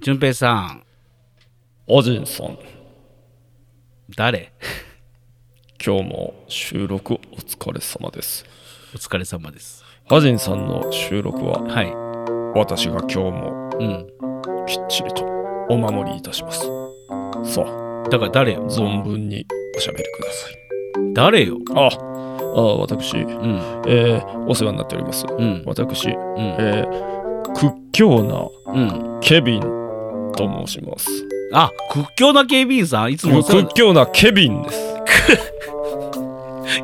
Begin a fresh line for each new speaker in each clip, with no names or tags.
淳平さん、
オジンさん、
誰
今日も収録お疲れ様です。
お疲れ様です。
オジンさんの収録は、
はい。
私が今日も
うん。
きっちりとお守りいたします。さあ、
だから誰よ
存分におしゃべりください。
誰よ
あ、あ私、
うん。
えーお世話になっております。
うん。
私、
うん。
えー屈強な
うん。
ケビンと申します。
あ、屈強な警備員さんいつもお世話
屈強なケビンです。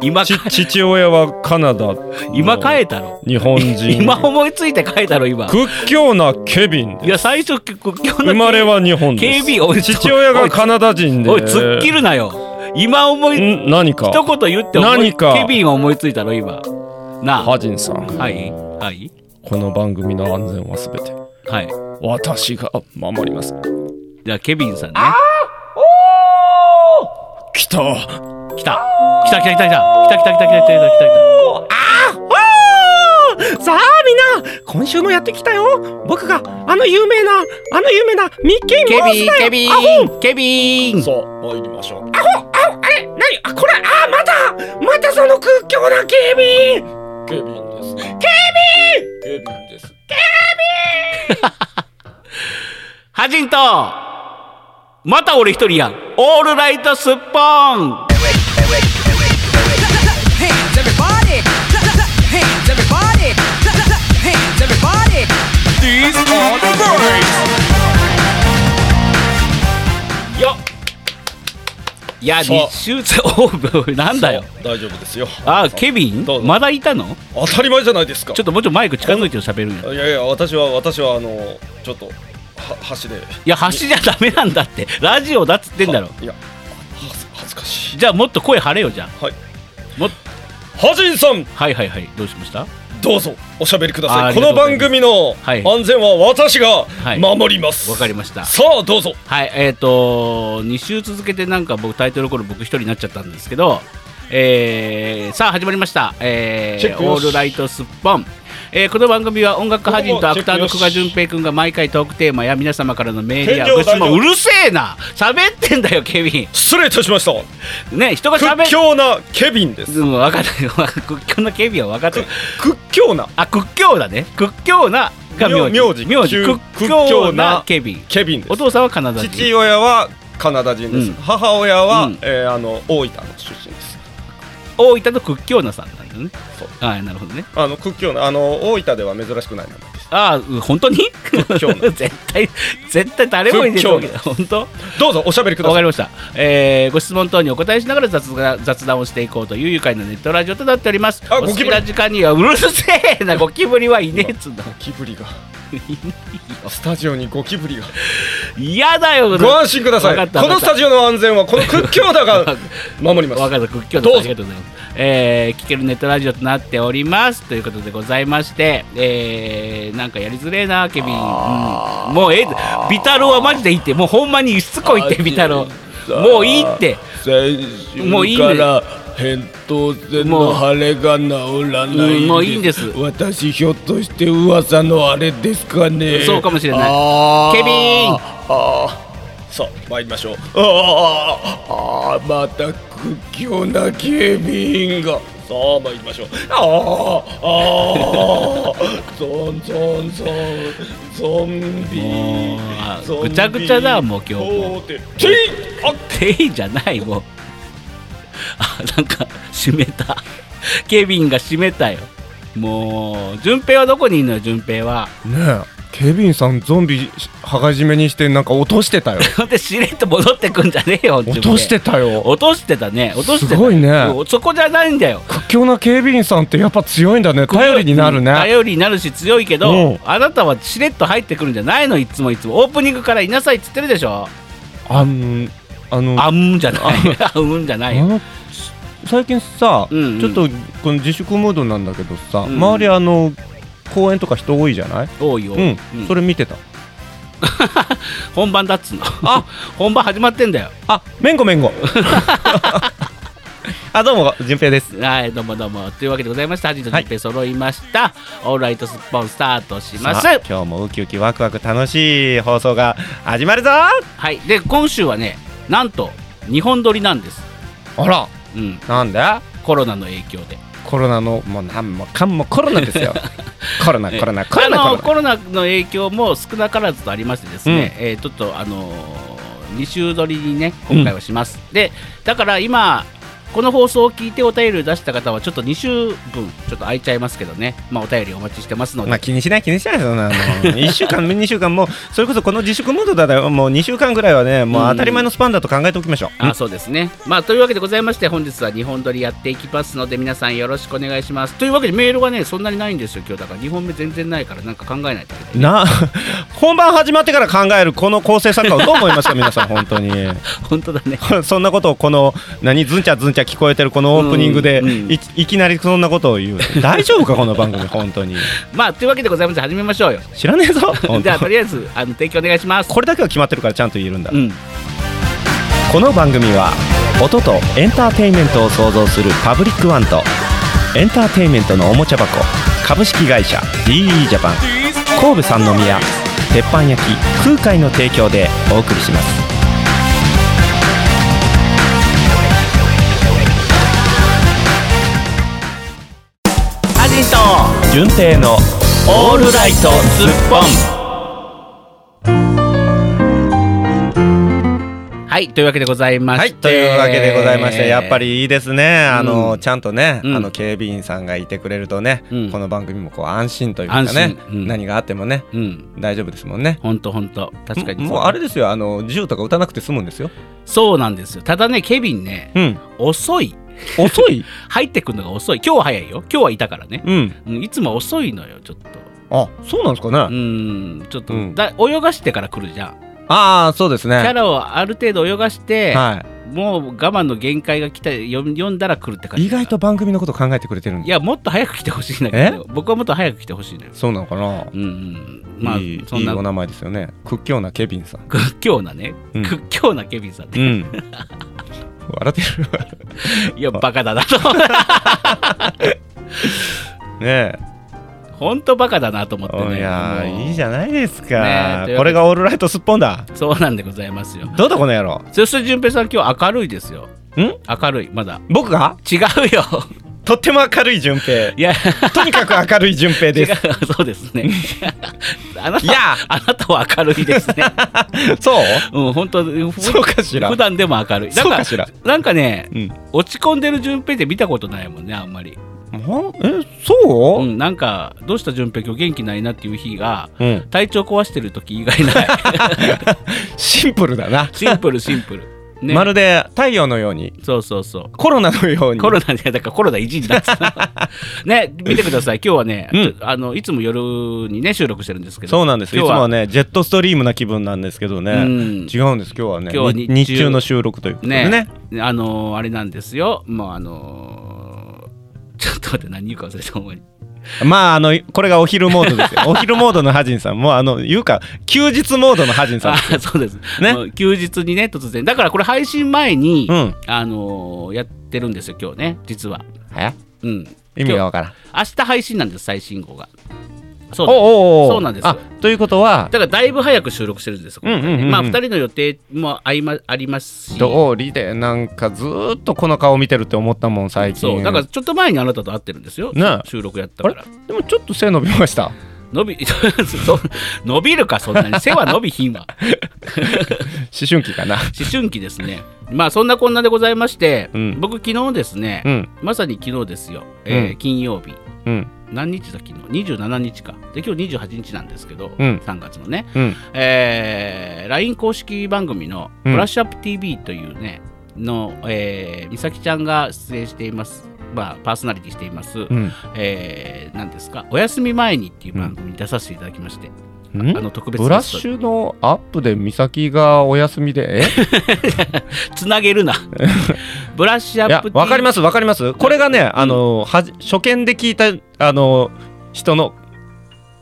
今、
ち 父親はカナダの
今変えたの
日本 人
今思いついて変えたの今。
屈強なケビン
いや、最初、屈強な
生まれは日本です
KB おい
父親がカナダ人で
おい、突っ切るなよ。今思い、
ん何か
一言言って思い
何か
ケビンは思いついたの今。なあ。
ハジンさん
はい。はい。
この番組の安全は全て
はい。
私が守ります
じゃあ、ケビンさんね。
来た
来た来た来た来た来た来た来た来た来た来た来た来た
あーおーさあみんな今週もやってきたよ僕があの有名なあの有名なミッキーマウスだよ
ケビ
アホ
ンケビン
さあ参りましょう
あれ何あこれあまたまたその屈強な警備員
ケビンですケビンケビンです
ハジンとまた俺一人やんオールライトスッポン
hands, everybody. Clap, clap, clap, hands, everybody. Clap, clap, clap, hands, everybody.
These are the birds よっいや
そう
2週おうなんだよ
大丈夫ですよ
あケビン
どうぞ
まだいたの
当たり前じゃないですか
ちょっともうちょいマイク近づいて喋るんや
いやいや私は私はあのちょっとは箸で
いや橋じゃダメなんだってラジオだっつってんだろ
いや恥ず恥ずかしい
じゃあもっと声張れよじゃ
はい
あもっ
ハジンさん
はいはいはいどうしました
どうぞおしゃべりくだ
あ
さ
あ
い
り
こ
がと
の
うござい
番
ます
組の
はい
安全は私が
はい
守ります
わかりま した
さあどうぞ
はい、えっ、と、2週続けてなんか僕タイトルコール僕一人になっちゃったんですけど、えーさあ始まりました、えー
チェックよ
オ
し
ールライトスッポン。えーこの番組は音楽家人とアクターの久我淳平君が毎回トークテーマや皆様からのメールや
天井
ご質問
大丈夫
うるせえな喋ってんだよケビ
失礼いたしました
ンね人が喋
屈
って
強なケビンです
うん、分か ったよ屈強なケビンは分かった
屈強な
あ屈強だね屈強なが名字
名字
名字
急
屈強なケビン
ケビンで
お父さんはカナダ
す
人
父親はカナダ人です、
うん
母親は、
うん
えーあの大分の出身です
大分の屈強なさんなんだよね
そう
はいなるほどね
あの屈強なあの大分では珍しくない名前です
ああうん本当に
強な
絶対絶対誰もいないわけだ本当
どうぞおしゃべりくだ
わ
さ
か
い
りました、えーご質問等にお答えしながら雑談雑談をしていこうという愉快なネットラジオとなっております
あ
お
ゴ
好
キ
き
ブリ
な時間にはうるせえなゴキブリはいねえっつうの
ゴキブリがスタジオにゴキブリが
嫌だよ
ご安心くださ
わ
い
かった
このスタジオの安全はこの屈強だが守ります
わかった屈強
ど
で
う
す
ぞ
ありがとうございます、えー聞けるネットラジオとなっておりますということでございまして、えーなんかやりづれえなケビン、うんもうええビタロウはマジでいいってもうほんまにしつこいってビタロウもういいって
先
もういい
週
ね
から扁桃腺の腫れが治らない
うんもういいんです
私ひょっとして噂のあれですかね
そうかもしれない
あー
ケビン
さあ参りましょう
あーあーまた屈強な警備員が
さあ参りましょう
ああああゾンゾンゾンゾンビ
あー
ゾンビ
ぐちゃぐちゃだもう今日も
ホテルチンあ
定位じゃないもうあなんか閉めたケビンが閉めたよもう順平はどこにいるのよ順平は
ねえ警備員さんゾンビ羽交い締めにしてなんか落としてたよ
ほんでしれっと戻ってくんじゃねえよ
落としてたよ
落としてたね落としてた
すごいね
うんそこじゃないんだよ
屈強な警備員さんってやっぱ強いんだね頼りになる
うん
ね
頼りになるし強いけ
う
ど
ん
あなたはしれっと入ってくるんじゃないのいつもいつもオープニングからいなさいっつってるでしょ
あのあの
あうんじゃ ないあうんじゃないよ
あのし最近さ、
うんうん
ちょっとこの自粛ムードなんだけどさ、
ん
周りあの公園とか人多いじゃない
多いよ
うん、
うん
それ見てた
本番だっ つうのあ本番始まってんだよ
あめんごめんご
あ、どうも、順平です。
はい、どうもどうも。というわけでございまして、ハジとジッペイ揃いました。オールライトスッポンスタートします
さ。あ今日もウキウキワクワク楽しい放送が始まるぞ
はい、で、今週はね、なんと、日本撮りなんです。
あら
うん、
なんだ
コロナの影響で。
コロナのもうなんもかんもコロナです よコロナコロナコロナ
あの
コロ
コロナの影響も少なからずとありましてですね、えーちょっとあの2週撮りにね今回はします、でだから今この放送を聞いてお便りを出した方はちょっと2週分ちょっと空いちゃいますけどね、まあ、お便りお待ちしてますの
ナ
で、
まあ気にしない気にしないそんなの 1週間2週間もうそれこそこの自粛ムードだよもう2週間ぐらいはねもう当たり前のスパンだと考えておきましょう、
あそうですね、まあ、というわけでございまして本日は日本撮りやっていきますので皆さんよろしくお願いしますというわけでメールがねそんなにないんですよ今日だから2本目全然ないからなんか考えないと
な 本番始まってから考えるこの構成作家をどう思いますか皆さん本当に
本当だね
そんなことをこの何ずんちゃずんちゃ聞こえてるこのオープニングで
うんうん
いいきなりそんなことを言う大丈夫かこの番組本当に
まあというわけでございまして始めましょうよ
知らねえぞ本
じゃあ
当
とりあえずあの提供お願いします
これだけは決まってるからちゃんと言えるんだ
うん
この番組は音とエンターテインメントを創造するパブリックワンとエンターテインメントのおもちゃ箱株式会社 DE ジャパン神戸三宮鉄板焼き空海の提供でお送りします
アジト
順平の
オールライトスッポンはいというわけでございまして
はいというわけでございましてやっぱりいいですねあの、
うん
ちゃんとね、
うん
あの警備員さんがいてくれるとね、
うん
この番組もこう安心というか
安心
ね、
うん
何があってもね
うん
大丈夫ですもんね
ほんとほんと確かに
もうあれですよあの銃とか撃たなくて済むんですよ
そうなんですよただねケビンね
うん
遅い
遅い
入ってくるのが遅い今日は早いよ今日はいたからね、
うん
うん、いつも遅いのよちょっと
あそうなんですかね、
うんちょっと、
うん
だ泳がしてから来るじゃん
ああそうです
キャ
ね
ラをある程度泳がして、
は
もう我慢の限界が来た読ん読んだら来るって感
い
じ
意外と番組のこと考えてくれてるん
い
だ
やもっと早く来てほしいんだけど僕はもっと早く来てほしいのよ
そうなのか
う
な
んうんまあ
いい
そんない
いお名前ですよね屈強なケビンさん
屈強なね、
うん
屈強なケビンさんって、
うん 笑ってる
いやバカだなと
ね
ほんとバカだなと思って
え
ね
いや
もう
いいじゃないです
ね
か、
えというわけで
これがオールライトすっぽんだ
そうなんでございますよ
どうだこの野郎
そして淳平さん今日明るいですよ
ん
明るいまだ
僕が
違うよ
とっても明るい順平
いや
とにかく明るい順平
違
で
う
す
そうです ねあないた
や
あなたは明るいです ね
そう
うん本当ふ
そうかしら
普段でも明るいなん
そう
か
かしら
なんかね
うん
落ち込んでる順平って見たことないもんねあんまり
ほんえそうう、
ん、なんかどうした順平今日元気ないなっていう日が
うん、
体調壊してる時以外ない
シンプルだな、
シンプルシンプル、ね、
まるで太陽のように
そうそうそう
コロナのように
コロナでだからコロナ維持になってた ね見てください今日はね、
うん
あのいつも夜にね収録してるんですけど
そうなんですいつ
今
も
日は
はねジェットストリームな気分なんですけどね、
うん
違うんです今日はね
今日は
に
日
日
中
中の収録ということで
ね
ね
あのーあれなんですよもうあのーちょっと待って何言うか忘れたほんまに
まああのこれがお昼モー ドですよお昼モードのハジンさんもうあのいうか休日モードのハジンさん
あ
です
そうです、
ね
もう休日にね突然だからこれ配信前に、
うん
あのーやってるんですよ今日ね実は
え
うん
意味がわからん
明日配信なんです最新号がそうなんです
おうおうお
そうなんですよ
あということは
だからだいぶ早く収録してるんですよ、今回ね
うんうんうんうん
まあ2人の予定もあいまありますし
通りでなんかずーっとこの顔見てるって思ったもん最近
そうだからちょっと前にあなたと会ってるんですよ、
ねえ
収録やった
あ
か
れ
ら
でもちょっと背伸びました
伸び そう伸びるかそんなに背は伸びひんわ
思春期かな
思春期ですねまあそんなこんなでございまして、
うん
僕昨日ですね、
うん
まさに昨日ですよ、えー
うん
金曜日
うん
何日だ昨日27日かで今日28日なんですけど、
うん
3月のね、
うん
えー、LINE 公式番組の「ブ
うん
ラッシュアップ TV」というね、の、えー、美咲ちゃんが出演しています、まあ、パーソナリティしています、
うん
えー、何ですか「お休み前に」っていう番組に出させていただきまして、
うん
あの特別
ブラッシュのアップで美咲がお休みでえ
ュつなげ るなブラッ シュア
いや
ップ、
わかりますす、わかります。これがね、あの、はじ、初見で聞いた、あの、人の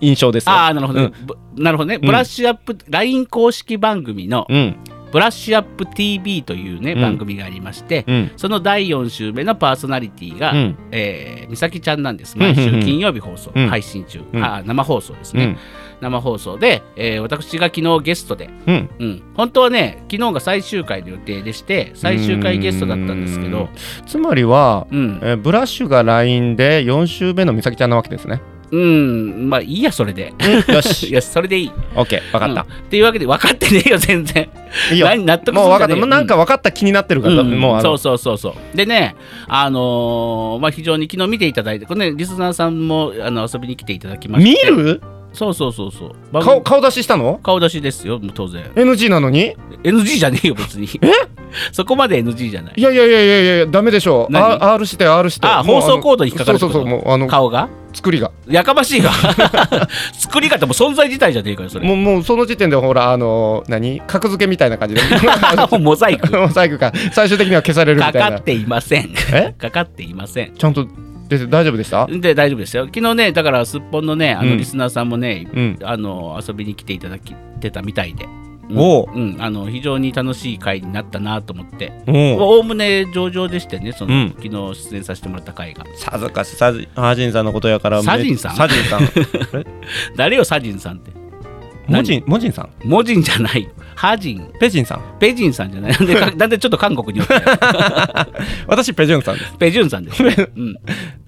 印象ですよ。
ああなるほど、
うん
ぶなるほどね、ブラッシュアップ LINE 公式番組の
うん、
「ブラッシュアップ TV というね、
うん
番組がありまして、
うん
その第4週目のパーソナリティが、
うん
えー美咲ちゃんなんです。
んうんう
毎
ん
週金曜日放送、
うん
配信中、
うん
あー生放送ですね。
うん
生放送で、えー私が昨日ゲストで、
うん
うん、本当はね、昨日が最終回の予定でして、最終回ゲストだったんですけど、
つまりは、
うん、
えーブラッシュが LINE で4週目の美咲ちゃんなわけで すね
うん、まあいいや、それ で。
よ
い
し
や、それでいい。
OK 分かった、
うんっていうわけで、分かってねえよ、全然。
いいよ
何納得する
もう分かった、
ね
もうなんか分かった気になってるから、
うん
もうあ
そ
の
うそうそうそうでねあのーまあ非常に昨日見ていただいてこれねリスナーさんもあの遊びに来ていただきま
見
して
る
そうそうそうそう番組
顔顔出ししたの
顔出しですよもう当然
NG なのに
NG じゃねえよ別に そこまで NG じゃない
いやいやいやいやいやダメでしょう
何
R, R して R して
あ
もう
放送コードに引っかかるって
そ
こ
う
と
そうそうもうあの
顔が
作りが
やかましい が作り方も存在自体じゃねえかよそれ
もうもうその時点でほらあの何格付けみたいな感 じで
モザイク
もう最後か最終的には消さ れるみた
か
いな
かっていません
え
かかっていません
ちゃんと出て大丈夫でした
で大丈夫ですよ昨日ねだからすっぽんのねあ
う
の
ん
リスナーさんもね、
うん
あの遊びに来ていただきてたみたいで、うん
おう
うん、あの非常に楽しい回になったなと思って
お
おおむね上々でしてねその、
うん
昨日出演させてもらった回が
さぞかしサジハジンさんのことやから
サジンさん
サジン さん
誰よサジンさんって
モジンモジンさん
モジンじゃないハジン
ペジンさん
ペジンさんじ ゃないなんでかなんでちょっと韓国によって
私ペジュンさんです
ペジュンさん です、ねうん、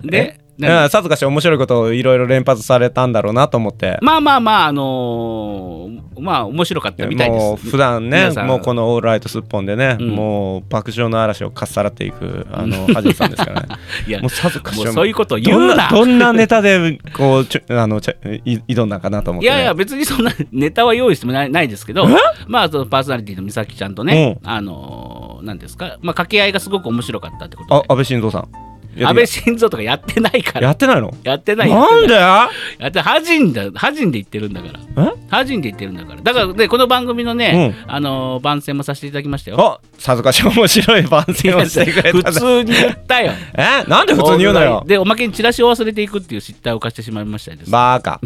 で
う
なん
んさぞかし面白いことをいろいろ連発されたんだろうなと思って
まあまあまああのーまあ面白かったみたいです
もう普段ね
皆さん
もうこの「オールライトすっぽん」でね、
うん
もう爆笑の嵐をかっさらっていくあのハジンさんですからね
いや
もうさぞかし
もうそういうこと言うな
どんどんなネタでこうちょあのちょい挑んだんかなと思っ
い
てね、
やいや別にそんなネタは用意してもないないですけどまあそのパーソナリティの美咲ちゃんとね、あのー、なんですか、まあ、掛け合いがすごく面白かったってこと
あ
で
安倍晋三さんや
安倍晋三とかやってないから
やってないの
やってないやっ
なん
てない
で
やって恥じんだ恥じんで言ってるんだから
え
恥じんで言ってるんだからだからねこの番組のね、あのー、番宣もさせていただきましたよ
あさぞかし面白い番宣をしてくれ
普
たね
通に言ったよ
えなんで普通に言うのよ
でおまけにチラシを忘れていくっていう失態を犯してしまいましたです、
バカ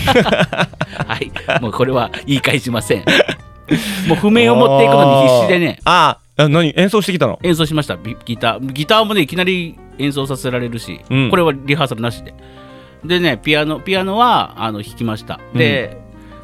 はいもうこれは言い返しませんもう譜面を持っていくのに必死でね
あーあ何演奏してきたの
演奏しましたビギターギターもねいきなり演奏させられるし、
うん
これはリハーサルなしででねピアノピアノはあの弾きましたで、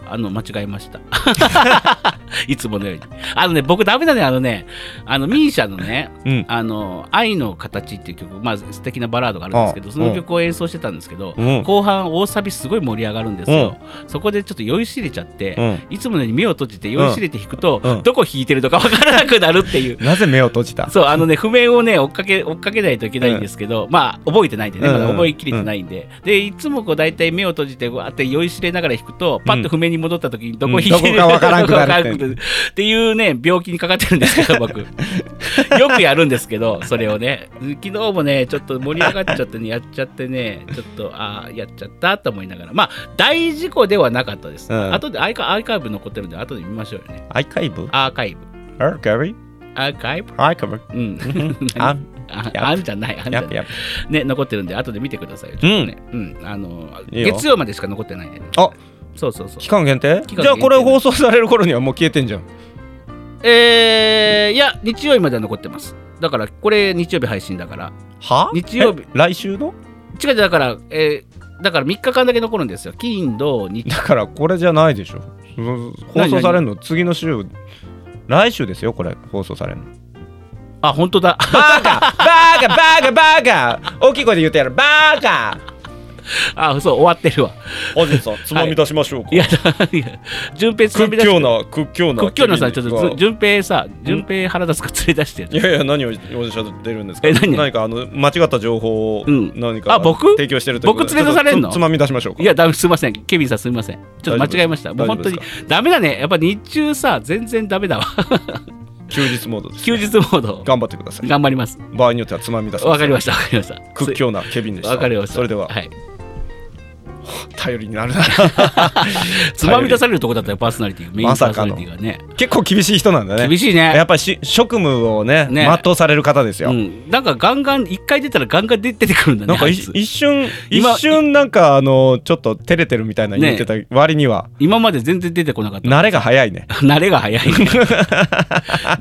あの間違えました いつものようにあのね僕ダメだねあのねあのミーシャのね
うん
あの愛の形っていう曲まあ素敵なバラードがあるんですけ
う
ど
ん
その曲を演奏してたんですけど、
うん
後半大サビすごい盛り上がるんですよ、そこでちょっと酔いしれちゃって、いつものように目を閉じて酔いしれて弾くと、
うんうん
どこ弾いてるのかわからなくなるっていう
なぜ目を閉じた
そうあのね譜面をね追っかけ追っかけないといけないんですけど、まあ覚えてないんでね、
うん
ま
うん
だ覚えきれてないんで、でいつもこう大体目を閉じてわーって酔いしれながら弾くとパッと譜面に戻った時にどこ弾いてる
うんどこかわからんくなる
どこか
って
わからんくなるっていうね病気にかかってるんです けど僕よくやるんですけどそれをね昨日もねちょっと盛り上がっちゃってねやっちゃってねちょっとああやっちゃったと思いながらまあ大事故ではなかったです、
うん
後でアイカアーカイブ残ってるんで後で見ましょうよね
アイカイブ
アーカイブ
アーカイブ
アーカイブ
アイカイブ
うん
あ
あ
やっ
あんじゃないあんじゃ
や
な
っぱ
い
やっぱ
ね残ってるんで後で見てくださいよちょっとねうん、あの
いいよ
月曜までしか残ってないんでね
あ
そうそうそう
期間限定
期間限定
じゃあこれ放送される頃にはもう消えてんじゃん
えー、いや日曜日までは残ってますだからこれ日曜日配信だから
は
日曜日
え来週の
違う違うだからえーだから3日間だけ残るんですよ金土日
だからこれじゃないでしょそ放送されるの次の週来週ですよこれ放送されるの
あ本当だ
バカバカバカバカ大きい声で言ってやるバカ
あそう終わってるわ
ハジンさん、つまみ出しましょうか。
いやだいや順平つまみ
屈
出して
強な、屈強な。
屈強なさちょっと
君
ず
に
順平さ順平腹立つから連れ出してよ
いやいや、何をおっしゃってるんですか
え何
何かあの間違った情報を
うん
何か
あ僕
提供してるということで
僕連れ出されんの
ちょっとつつまみ出しましょうか。
いや、だめ、すみません。ケビンさん、すみません。ちょっと間違えました。
大
もう
丈夫
本当
です
に、ダメだね。やっぱ日中さ、全然ダメだわ。
休日モードです。
休日モード。
頑張ってください。
頑張ります。
場合によってはつまみ出します。
わかりました、わかりました。
屈強なケビンでした。
わかりました。
それでは。
はい。
頼りになるな
つまみ出されるとこだったよパーソナリティがメインパ
ま
ー
さ
ソ
か
ナ
の
リティがね
結構厳しい人なんだね
厳しい
や
ね
っぱし職務をね
ね
全うされる方ですよ、
うん、なんかガンガン一回出たらガンガン出てくるんだね
なんかい
あいつ
一瞬
今
一瞬なんかあのちょっと照れてるみたいな言ってた割には、
今まで全然出てこなかった
慣れが早いね
慣れが早いね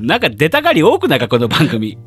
なんか出たがり多くないかこの番組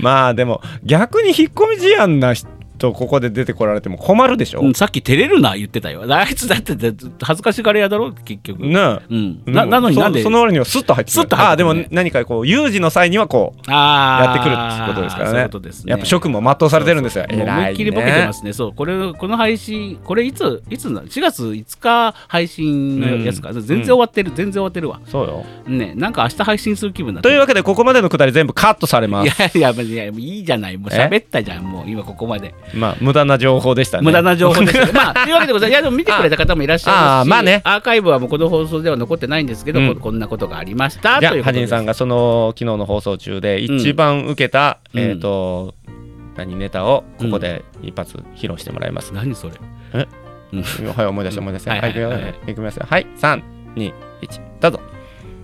まあでも逆に引っ込み思案な人ここで出てこられても困るでしょ、
うんさっき照れるな言ってたよあいつだってだ恥ずかしがり屋だろ結局
ねえ
うんななのに
そ
なんで
その割にはスッと入ってくる
スッと入ってくる
ああ
ね
でも何かこう有事の際にはこう
あー
やってくるってことですからね
そういうことですね
やっぱ職務を全うされてるんですよ
もう
偉
思い
い
っ
ね
きりボケてますね。そう、これ、この配信、これいつ、いつな、4月5日配信のやつか、全然終わってる、全然終わってるわ。
そうよ
ね、なんか明日配信する気分だ
というわけでここまでのくだり全部カットされま
い
す
やいや、いや、いいじゃない、もう喋ったじゃん、もう今ここまで。
まあ無駄な情報でしたね
無駄な情報ですけど、まあ、というわけでございます。いや、でも見てくれた方もいらっしゃいます
あー
し、
まあね
アーカイブはもうこの放送では残ってないんですけど、
うん
ここんなことがありました。
じゃ
とい
あ
うこと
はじ
で
んさんがその昨日の放送中で一番受けた、
うん
えっ、と何ネタをここで一発披露してもらいます、
何それ
はい思い出して思い出して
うん
はい
はい
いくよ
はいはい
いきますよはい321どうぞ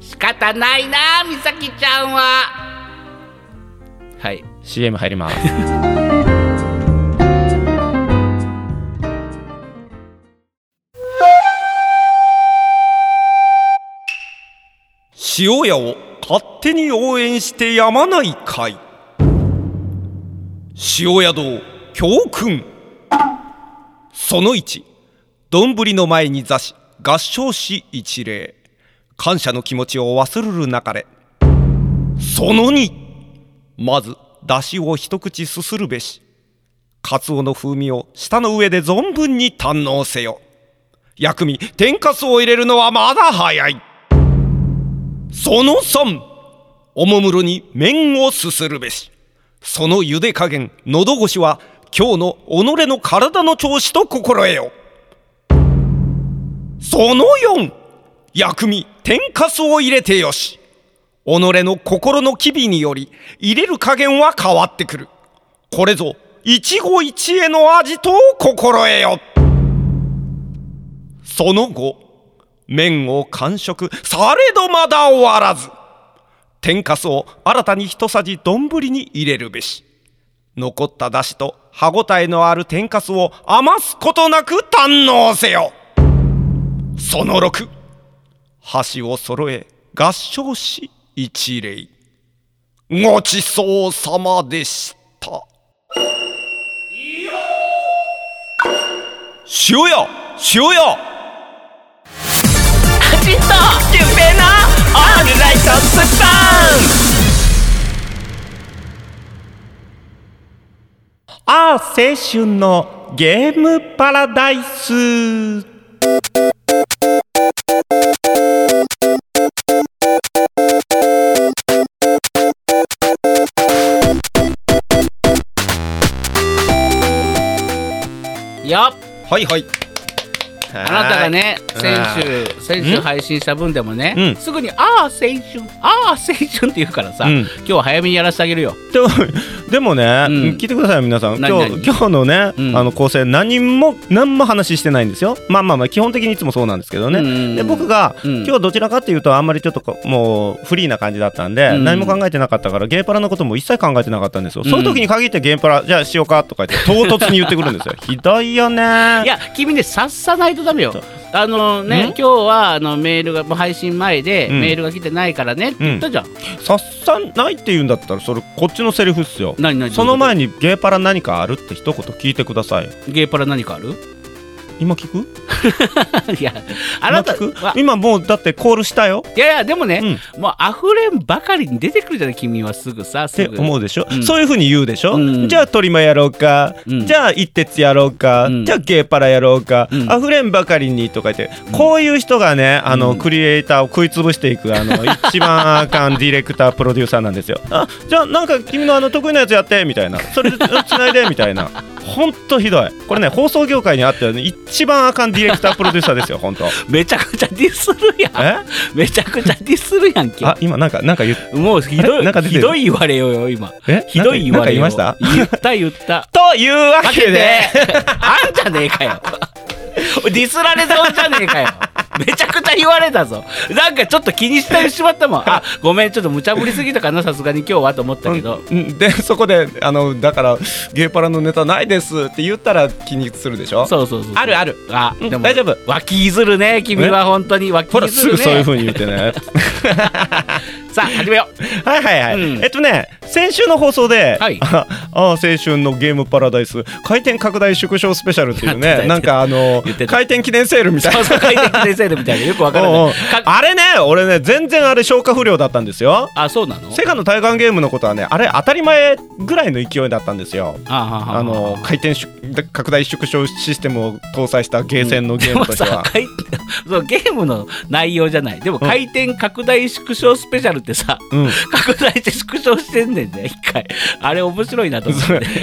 仕方ないなあ、美咲ちゃんは。はい。
CM 入ります
塩屋を勝手に応援してやまない会塩屋堂教訓その1丼の前に座し合唱し一礼感謝の気持ちを忘れるなかれその2まず出汁を一口すするべしカツオの風味を舌の上で存分に堪能せよ薬味天かすを入れるのはまだ早いその3おもむろに麺をすするべしその茹で加減喉越しは今日の己の体の調子と心得よその4薬味天かすを入れてよし己の心の機微により入れる加減は変わってくるこれぞ一期一会の味と心得よその後麺を完食されどまだ終わらず天かすを新たに一さじ丼に入れるべし残っただしと歯ごたえのある天かすを余すことなく堪能せよその6箸を揃え合掌し一礼ごちそうさまでした塩屋塩屋
ああ青春のゲームパラダイス
よっ
はいはい
あなたがね先週先週配信した分でもね、
うん
すぐに「ああ青春ああ青春」って言うからさ、
うん
今日は早めにやらせてあげるよ
でもでもね、
ん
聞いてくださいよ皆さん今
何
日
何
今日のね、
うん
あの構成何も何も話してないんですよまあまあまあ基本的にいつもそうなんですけどね、
うんうんうん
で僕が、
うん
今日どちらかっていうとあんまりちょっとこもうフリーな感じだったんで、
うんうん
何も考えてなかったからゲーパラのことも一切考えてなかったんですよ、
うん
そういう時に限ってゲーパラじゃあしようかとか 言って唐突に言ってくるんですよひどいよね
いや君ねさっさないとダメよあのね今日はあのメールがもう配信前で、
うん
メールが来てないからねって言ったじゃん、
さっさんないって言うんだったらそれこっちのセリフっすよ
何何
その前
に
にゲーパラ何かあるって一言聞いてください
ゲーパラ何かある
今聞く
いやあなた
今聞
は
く今もうだってコールしたよ
いやいやでもね、もう溢れんばかりに出てくるじゃない君はすぐさ
っ
す
て
ぐ
思うでしょ、
うん
そういうふうに言うでしょ、
うん
じゃあトリマやろうか、
うん
じゃあ一徹やろうか、
うん
じゃあゲーパラやろうか、
うん
あふれんばかりにとか言って、こういう人がねあの、
うん
クリエイターを食い潰してい くあの一番あかんディレクタープロデューサーなんですよあじゃあなんか君のあの得意なやつやってみたいなそ れでつないでみたいなほんとひどいこれね放送業界にあってはね一番あかんディレクタープロデューサーですよほ んと
めちゃくちゃディスるやん
え
めちゃくちゃディスるやんけ
あ今なんかなんか言っ
もうひど
あれ
い
なんか出て
ひ
る
どい言われようよ今
え
ひどい言
なん
わ
か
れよう
言いました
言った言った
というわ
わ
け
け
で
であんじゃねえかよディスられたおじゃねえかよめちゃくちゃ言われたぞなんかちょっと気にしてしまったもんあごめんちょっと無茶ぶりすぎたかなさすがに今日はと思ったけど、
うんでそこであのだからゲーパラのネタないですって言ったら気にするでしょ
そうそうそう
あるある
あでも
大丈夫
脇いずるね君は本当に脇
ほ
い
ら
ず
す
るね
ぐそういう風に言っ てね
さあ始めよ う
はいはいはい、
うん
えっとね先週の放送で「
はい
ああ青春のゲームパラダイス回転拡大縮小スペシャル」っていう
やってた
ねなんかあの
言ってた
回転記念セールみたいな
そうそう快適先生みたいなよくわから
おうお
な
う
いか
あれね俺ね全然あれ消化不良だったんですよ
あそうなの
セガの対岸ゲームのことはねあれ当たり前ぐらいの勢いだったんですよ
あああ
あの回転し拡大縮小システムを搭載したゲーセンのゲ
で
ー
も
ムとして
さ
は、
回そうゲームの内容じゃないでも回転拡大縮小スペシャルってさ、
うん
拡大して縮小してんねんね一回あれ面白いなと思 っ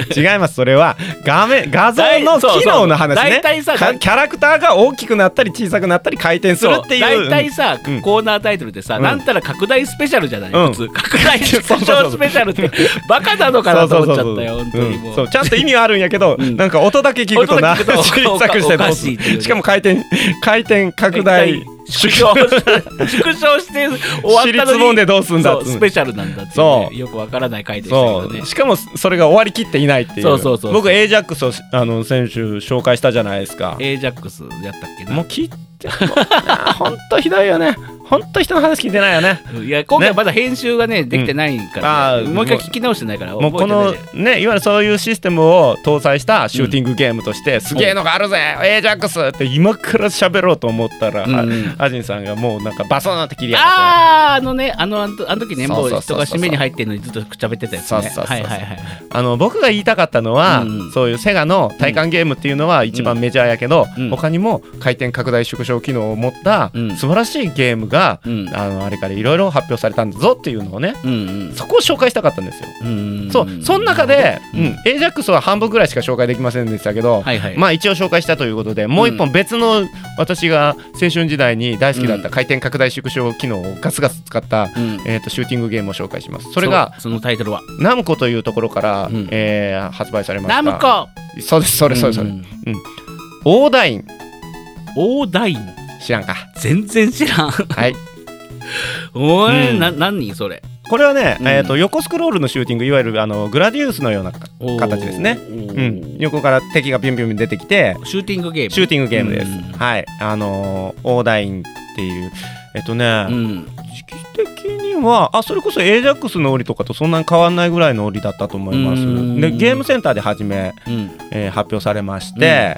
て
違いますそれは画面 画像の機能の話ね
大体そうそう大体さ
かキャラクターが大きくなったり小さくなったり回転するっていう
そう大体さ、
うん
コーナータイトルってさ、
うん
なんたら拡大スペシャルじゃない、
うん
普通拡大縮小スペシャルってバカなのか
そ
な
うそ
と思
う
っち
そ
ゃっ
う
たよ
そう
本当にも
ん
う
そうちゃんと意味はあるんやけど、
うん
なんか音だけ聞くとな
音だけ聞くと
小さくして
おか
ど
お
う
か
す
しいっ
る
ていうね
しかも回転回転拡大
縮小縮小して 終わったの
尻つぼん
に
でどうすんだっ
そ
つう
うスペシャルなんだっていうね、
そう
よくわからない回でした
そ
けどね
うしかもそれが終わりきっていないっていう
そうそうそう
僕 A ジャックスをあの先週紹介したじゃないですか
A ジャックスやったっけな
もう聞いて もうなあほんとひどいよねほんと人の話聞いてないよね
いや今回まだ編集がねできてないからね、
うんあー
もう一回聞き直してないから
もうこの
覚えてない
ねいわゆるそういうシステムを搭載したシューティングゲームとして、すげえのがあるぜ A ジャックスって今から喋ろうと思ったら、
うんうん
あアジンさんがもうなんかバソーンって切りやがって
あーあのねあのあのあの時ねもう
そうそ
人
うそうそ
が
う
締めに入ってるのにずっとくちゃべってたやつ
そう
ね
そうそうそう
はいはいはい
あの僕が言いたかったのは、
うんうん
そういうセガの体感ゲームっていうのは一番メジャーやけど、
うん
他にも回転拡大縮小機能を持った
うん
素晴らしいゲームが、
うん
あのあれからいろいろ発表されたんだぞっていうのをね
うんうん
そこを紹介したかったんですよ。
うんん
そうその中で、
う
うんん a ジャックスは半分ぐらいしか紹介できませんでしたけど、
はいはい
まあ一応紹介したということでもう一本別の私が青春時代に大好きだっ
う
た回転拡大縮小機能をガツガツ使った、
うん
えー、とシューティングゲームを紹介しますそれが
そそのタイトルは
ナムコというところから、
うん
えー発売されまし
ナ
た
ムコ
そうですそれそれそれ、
うん
オーダイン
オーダイン
知らんか
全然知らん
はい
おい、
うん
な何それ
これはね、
うん
えー、と横スクロールのシューティングいわゆるあのグラディウスのような
おー
形ですね
お、
う
ー
ん、横から敵がビュンビュン出てきて
シューティングゲーム
シューティングゲームです。
うん
はい、あのー、オーダインっていう、えっとね、
うん
時期的には、あ、それこそ A ジャックスの折とかとそんなに変わんないぐらいの折だったと思います
うん。
で、ゲームセンターで初め、
うん
えー発表されまして、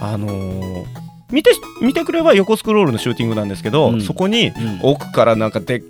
あのー見て見てくれば横スクロールのシューティングなんですけど、
うん
そこに
うん
奥からなんかで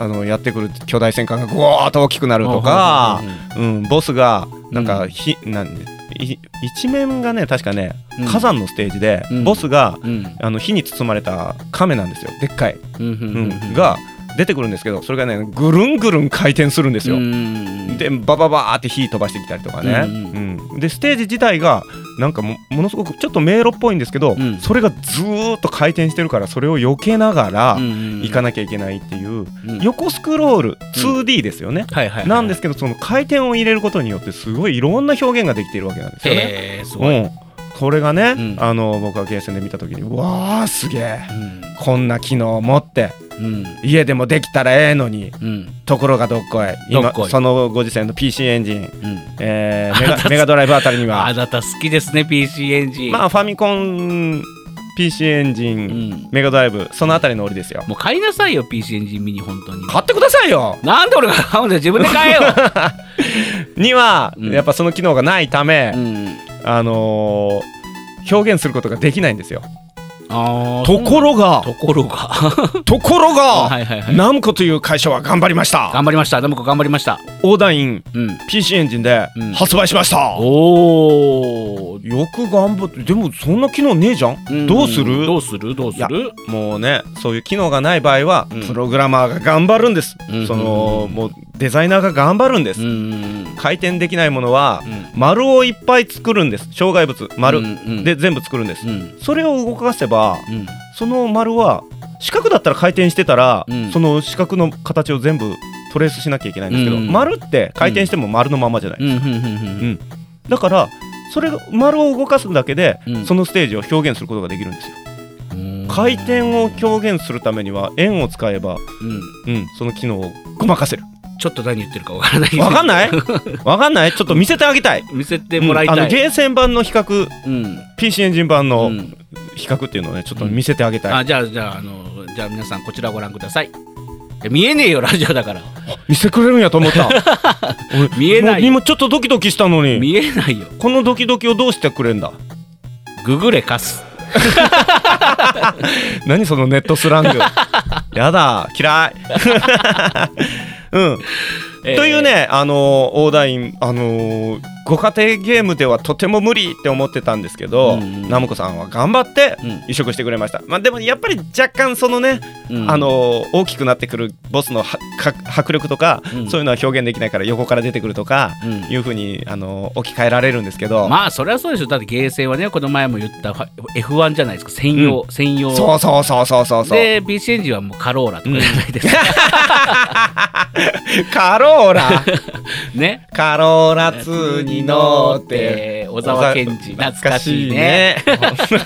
あのやってくる巨大戦艦がゴーッと大きくなるとか
う、ん
うん、ボスがなんかひ、なんでい一面がね確かね
うん
火山のステージで、
うん
ボスが
うん
あの火に包まれた亀なんですよでっかい、
うんうん
う
うんんうん
が出てくるんですけどそれがねぐるんぐるん回転するんですよ。
うん
でバババーって火飛ばしてきたりとかね、
うん
うんでステージ自体がなんかもものすごくちょっと迷路っぽいんですけど、
うん
それがずーっと回転してるからそれを避けながら行か
な
なきゃいけないっていう、
うん
横スクロール 2D ですよね、
はいはいはい
なんですけどその回転を入れることによってすごいいろんな表現ができているわけなんですよね。
へえすごい
うん、これがね、
うん
あの僕はゲーセンで見た時にうわあすげえ
うん
こんな機能を持って
うん
家でもできたらええのに
うん
ところがどっこい
ど
今
っこい
そのご時世の PC エンジン、
うん
えーメガメガドライブあたり に
あ
は
なた好きですね PC エンジン
まあファミコン PC エンジン、
うん
メガドライブそのあたりの折ですよ。
もう買いなさいよ PC エンジンミニ本当に
買ってくださいよ
なんで俺が買うんだよ自分で買えよ
には、
うん
やっぱその機能がないため、
うん
あのー表現することができないんですよ。
あー
とこ ろが
ところが
ところが、
はいはいはい
ナムコという会社は頑張りました
頑張りましたナムコ頑張りました
オーダイン
うん
PC エンジンで
うん
発売しました、
おお
よく頑張ってでもそんな機能ねえじゃん、どうする
どうするどうす
いや
る
もうねそういう機能がない場合は、
うん
プログラマーが頑張るんです、
うん
そのもうデザイナーが頑張るんです、
うんうん
回転できないものは、
う
丸をいっぱい作るんです障害物丸、
うんうん
で全部作るんです、
うん
それを動かせば
うん
その丸は四角だったら回転してたら、
うん
その四角の形を全部トレースしなきゃいけないんですけど、
うん
丸って回転しても丸のままじゃない、
うんうんうんうん
だからそれ丸を動かすだけで、
うん
そのステージを表現することができるんですよ回転を表現するためには円を使えば、
うん、
うん、その機能をごま かせる
ちょっと何言ってるかわからない
わかん
い
ないわかんないちょっと見せてあげたい
見せてもらい
うんあ
た
の
い、
ゲーセン版の比較
うん
PC エンジン版
う
の
ん
比較っていうのをねちょっと見せてあげたい、
あじゃあじゃああのじゃあ皆さんこちらご覧くださいいや見えねえよラジオだから
見せてくれるんやと思った 俺
見えない
もう今ちょっとドキドキしたのに
見えないよ
このドキドキをどうしてくれんだ
ググレカス
何そのネットスラ ングやだ嫌い うん、
えー
というねあのーオーダインあのーご家庭ゲームではとても無理って思ってたんですけ
う
ど、
んうん
ナムコさんは頑張って
うん
移植してくれました、まあでもやっぱり若干そのね、
うん
あのー大きくなってくるボスのはか迫力とか、
うん
そういうのは表現できないから横から出てくるとか、
うん
いうふうにあのー置き換えられるんですけど、
まあそれはそうでしょだってゲーセンはねこの前も言ったファ F1 じゃないですか専用、専用
そうそうそうそうそうそう
で PC エンジンはもうカローラとかじゃないですか、
カローラ
ね
カローラ2に乗って
小沢健二懐かしいね
懐かしいね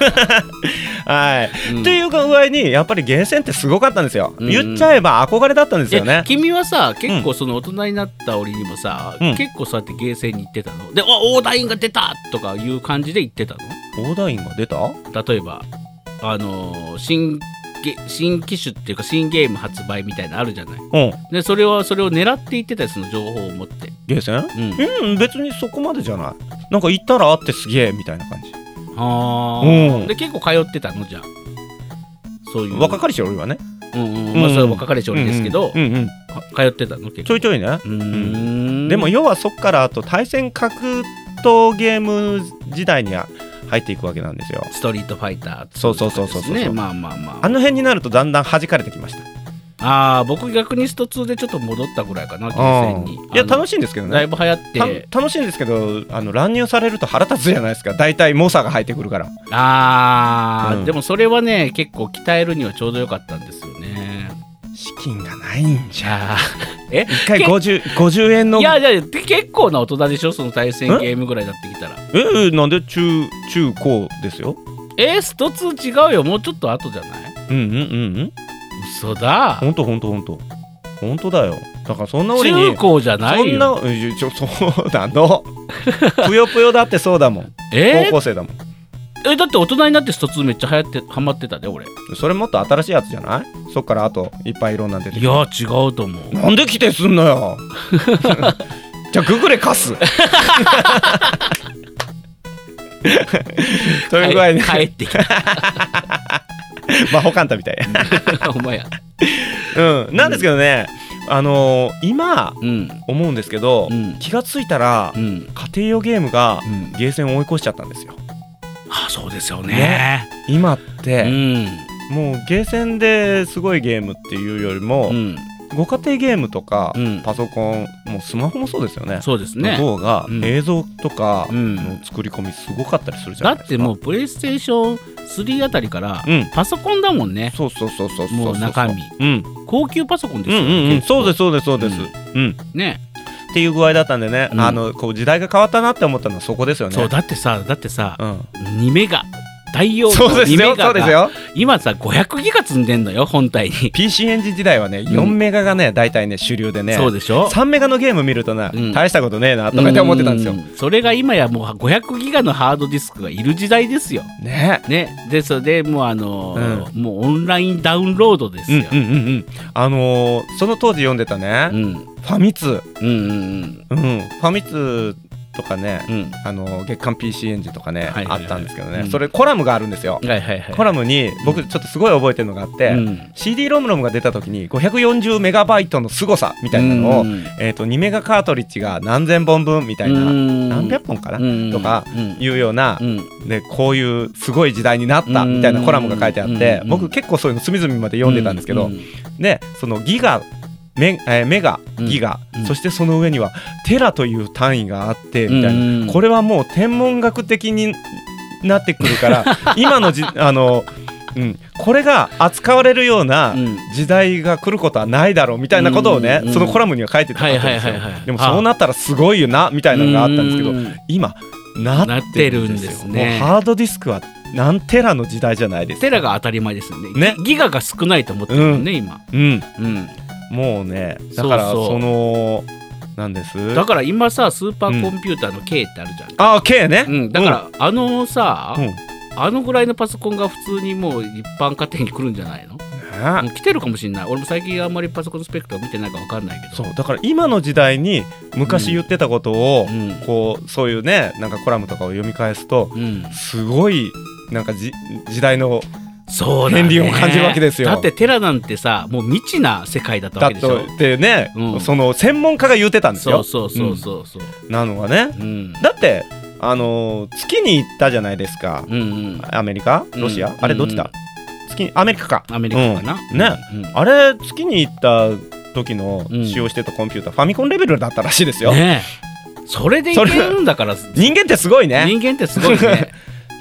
はい、
うん
っていう具合にやっぱりゲーセンってすごかったんですよ、
うん
言っちゃえば憧れだったんですよ
え
ね
君はさ結構その大人になった折にもさ、
うん
結構そうやってゲーセンに行ってたので「おオーダーインが出た!」とかいう感じで行ってたの
オーダーインが出た
例えばあのー新ゲ新機種っていうか新ゲーム発売みたいなのあるじゃない
うん
でそれはそれを狙って行ってたよその情報を持って
ゲーセン
うん
うん別にそこまでじゃないなんか行ったらあってすげえみたいな感じ
あ
う
ー
ん
で結構通ってたのじゃあそういう
若かりし俺はね
うんうんまあ
うん
それは若かりし俺ですけど、
うんうんうんうん
通ってたの結構
ちょいちょいね
うーん
でも要はそっからあと対戦格闘ゲーム時代には入っていくわけなんですよ
ストリートファイターとか
そうそうそうそう
で
そう
すねまあまあまあ
あの辺になるとだんだん弾かれてきました
ああ僕逆にスト2でちょっと戻ったぐらいかなゲーセンに
うんいや楽
し
しいんですけどね
だいぶ流行って
た楽しいんですけどあの乱入されると腹立つじゃないですか大体猛者が入ってくるから
ああ、
うん
でもそれはね結構鍛えるにはちょうどよかったんですよね
資金がないん
じ
じゃ
ゃあえ
一回 50, 50円の
いやいや結構な大人でしょその対戦ゲームぐらいになってきたら
えーなんで中中高ですよ
えー、スト2違うよもうちょっと後じゃない
うんうんうんうん
嘘だ
ほんとほんとほんとほんとだよだからそんな折に
中高じゃな
そ
い
ん
よ
なうんちょ そうだのぷよぷよだってそうだもん
え
高校生だもん
ーえだって大人になってスト2めっちゃ流行ってハマってたで俺い
それもっと新しいやつじゃないそっからあといっぱいいろんなん出てきて
や違うと思う
なんで規定すんの よじゃあググレ貸 すという具合に、
帰帰ってきた
魔法カンタみたい、
お前や
うん、なんですけどね、あのー今
うん
思うんですけど、
うん
気がついたら、
うん
家庭用ゲームが
うん
ゲーセンを追い越しちゃったんですよ
あそうですよね
ね今っ
う
て、
ん
もうゲーセンですごいゲームっていうよりも、
うん
ご家庭ゲームとか、
うん
パソコンもうスマホもそうですよね
そうです
の
ね
方が
うん
映像とか
うん
の作り込みすごかったりするじゃ
だ
ない
っ
ですか。
てもうプレイステーション3あたりから
うん
パソコンだもんね
そうそうそうそうそう
もう中身
うん
高級パソコンで
う
す
ん
よ
うんうん
結構
そうですそうですそうです、うん
ね
っていう具合だったんでね、
うん
あのこう時代が変わったなって思ったのはそこですよね
そうだってさだってさ
うん、
2メガ大容量
そうです
2メ
よそ
ガ
うです
が
よ
今さ500ギガ積んでんのよ本体に
PC エンジン時代はね4メガがね大体ね主流でね、
そうでしょ
3メガのゲーム見るとね、
うん
大したことねえなとかって思ってたんですよ
う。それが今やもう500ギガのハードディスクがいる時代ですよ。
ね
ね、でそれでもうあのーもうオンラインダウンロードです
うんう
よ
ん。うんうんあのーその当時読んでたね、
うん
ファミ通、
うんうん
うん、ファミ通とかね、
うん
あの月刊 PC エンジンとかね、
はいはいはい
あったんですけどね、
うん
それコラムがあるんですよ
う、ん。はいはいはい。
コラムに僕ちょっとすごい覚えてるのがあって、
うん
CD ロムロムが出た時に540メガバイトの凄さみたいなのを、
うん
えー、と2メガカートリッジが何千本分みたいな、
うん
何百本かな、
うん
とか
うん
いうような
う、ん
でこういうすごい時代になったみたいなコラムが書いてあって、
うん
僕結構そういうの隅々まで読んでたんですけど、
うう
でそのギガメ,、えーメガ
うん
ギガ、
うん
そしてその上にはテラという単位があってみたいな、
うん
これはもう天文学的になってくるから 今のじあの、うん、これが扱われるような
うん
時代が来ることはないだろうみたいなことをね、
うん
そのコラムには書いてたんですよ、
はいはいはいはい
でもそうなったらすごいよなみたいなのがあったんですけど、
うん
今なってるんですよ
なってるんですね
もうハードディスクは何テラの時代じゃないですか
テラが当たり前ですよね
ね
ギギガが少ないと思ってるもんね、今、
うん
うん、
もうねだから
そうそう
そのなんです
だから今さスーパーコンピューターの K ってあるじゃん、うん
あ K ね、
だから、あのさ、
うん
あのぐらいのパソコンが普通にもう一般家庭に来るんじゃないの
ね
もう来てるかもしれない俺も最近あんまりパソコンのスペックとか見てないから分かんないけど
そうだから今の時代に昔言ってたことを、
うん
こうそういうねなんかコラムとかを読み返すと
うん、
すごいなんかじ時代の
そうだ、ね、
片鱗を感じるわけですよ
だってテラなんてさもう未知な世界だったわ
だ
けでしょ
とってね、
うん
その専門家が言ってたんです
そ
よ
うそうそうそうそう
なのがね
うん
だってあのー月に行ったじゃないですか、
うんうん
アメリカロシア、
うん
あれどっちだ、月アメリカか
アメリカかな、
うんね
うん
あれ月に行った時の使用してたコンピューター、ファミコンレベルだったらしいですよ、
ねえそれでいけるんだから
人間ってすごいね
人間ってすごい ね、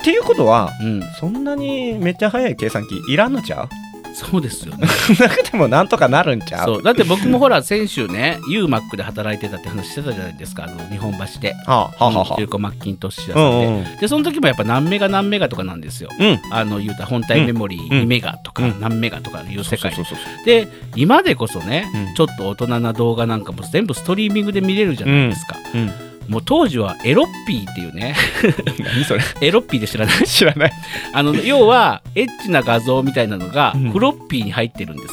っていうことは
うん、
そんなにめっちゃ速い計算機いらんのちゃう
そうですよね
なくてもなんとかなるんちゃう
そうだって僕もほら先週ね UMAC で働いてたって話してたじゃないですかあの日本橋で
はあはあはあ
中古マッキントッシュ屋
う
さんで、
んうん
でその時もやっぱ何メガ何メガとかなんですよ
うん
あの言うたら本体メモリー
うん
2メガとか
うん
何メガとかいう世界
そうそうそうそう
で今でこそね、
うん
ちょっと大人な動画なんかも全部ストリーミングで見れるじゃないですか、
うん
もう当時はエロッピーっていうね
何それ
エロッピーで知らない
知らない
あの要はエッチな画像みたいなのが
うん
フロッピーに入ってるんです よ、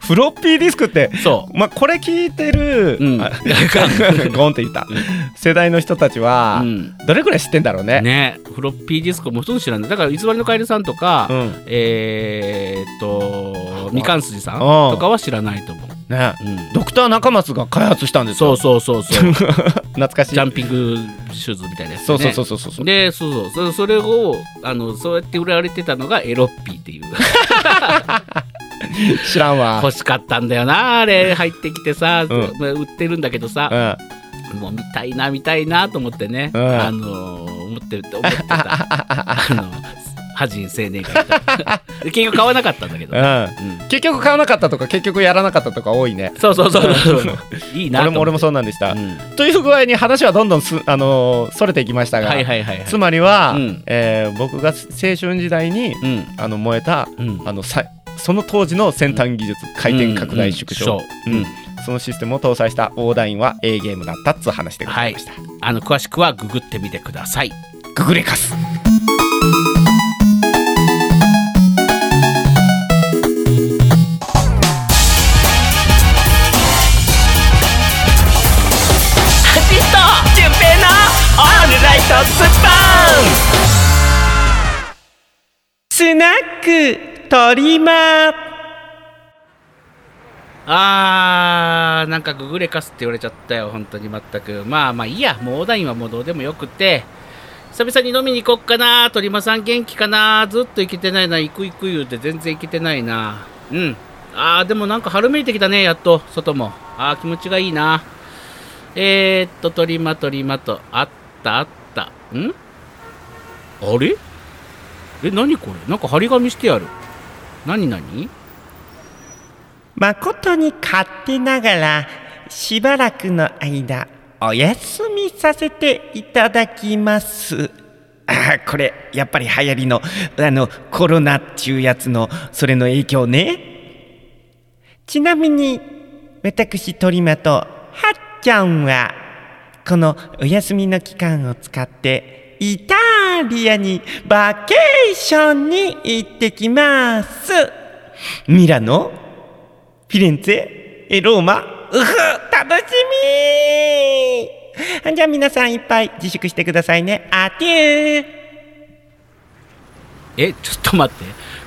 フロッピーディスクって
そ
まあこれ聞いてる、
うん
あ ゴンって言った、世代の人たち
う、
は
う、ん、
どれくらい知ってんだろうね
ねフロッピーディスクもほとんど知らないだから偽りのカエルさんとか、
うん
えーっとみかんすじさん
うん
とかは知らないと思う、
ね
うん、
ドクター中松が開発したんです
そ
よ
うそうそう そうジ
懐かしい
ャンピングシューズみたいなやつ、ね、
そうそうそうそうそう
でそうそうそそれをあのそうやって売られてたのがエロッピーっていう
知らんわ
欲しかったんだよなあれ入ってきてさ、
うん
売ってるんだけど
う
さ、
ん
もう見たいな見たいなと思ってね、
うん
あのー思ってるって思 ってたあの破人青年会 で結局買わなかったんだけど、
うん
うん
結局買わなかったとか結局やらなかったとか多いね
そうそうそうそう そういいな
俺
と
も
思
俺も
って
そうなんでした、
うん
という具合に話はどんどんす、あのー、それていきましたが、
はいはいはいはい
つまりは、
うん
えー僕が青春時代に、
うん
あの燃えた
うん
あのさその当時の先端技術、回転拡大縮小、
うんうんそう
そのシステムを搭載したオーダインは A ゲームだったっつう話でございました、
あの詳しくはググってみてください
ググレカス
スナックトリマー
あーなんかググレカスって言われちゃったよ本当に全くまあまあいいやもうオーダインはもうどうでもよくて久々に飲みに行こっかな鳥間さん元気かなずっと行けてないな行く行く言うて全然行けてないなうんあーでもなんか春めいてきたねやっと外もあー気持ちがいいなえー、っと鳥間鳥間とあったあったんあれえ何これなんか張り紙してある何何
誠に勝手ながらしばらくの間お休みさせていただきますあーこれやっぱり流行りのあのコロナっちゅうやつのそれの影響ねちなみに私トリマとはっちゃんはこのお休みの期間を使ってイタリアにバケーションに行ってきますミラノフィレンツェ、えローマ、うふ、楽しみーじゃあ皆さんいっぱい自粛してくださいね。あてー
えちょっと待って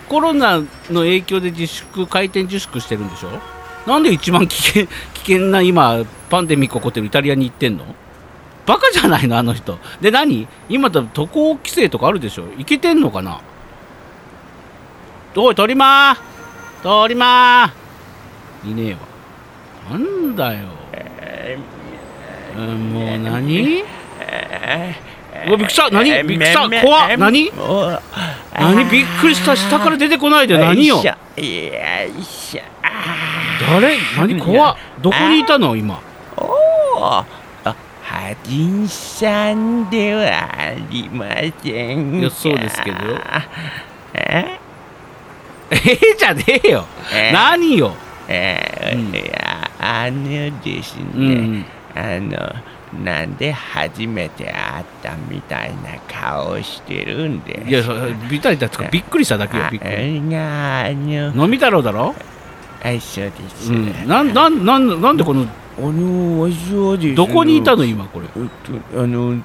コロナの影響で自粛回転自粛してるんでしょなんで一番危険危険な今パンデミック起こってるイタリアに行ってんのバカじゃないのあの人で何今多分渡航規制とかあるでしょ行けてんのかなおい鳥間鳥間いねえわなんだよ、うんもう何うわびっくりした何びっくりした怖っ何何びっくりした下から出てこないで何よ誰何怖っどこにいたの今
はい
マジンさんではありませんが
いやそうですけど
え
ええじゃねえよ
えー
何よ
えー
うん
いやあのですね、
うん
あのなんで初めて会ったみたいな顔してるんです
いやそビタリだつかびっくりしただけよ
あ
びっくり
いやあの
飲み太郎だろ
あそうです、
うんなんなんなんなんでこの
あのわしはですね
どこにいたの今これ
えっとあの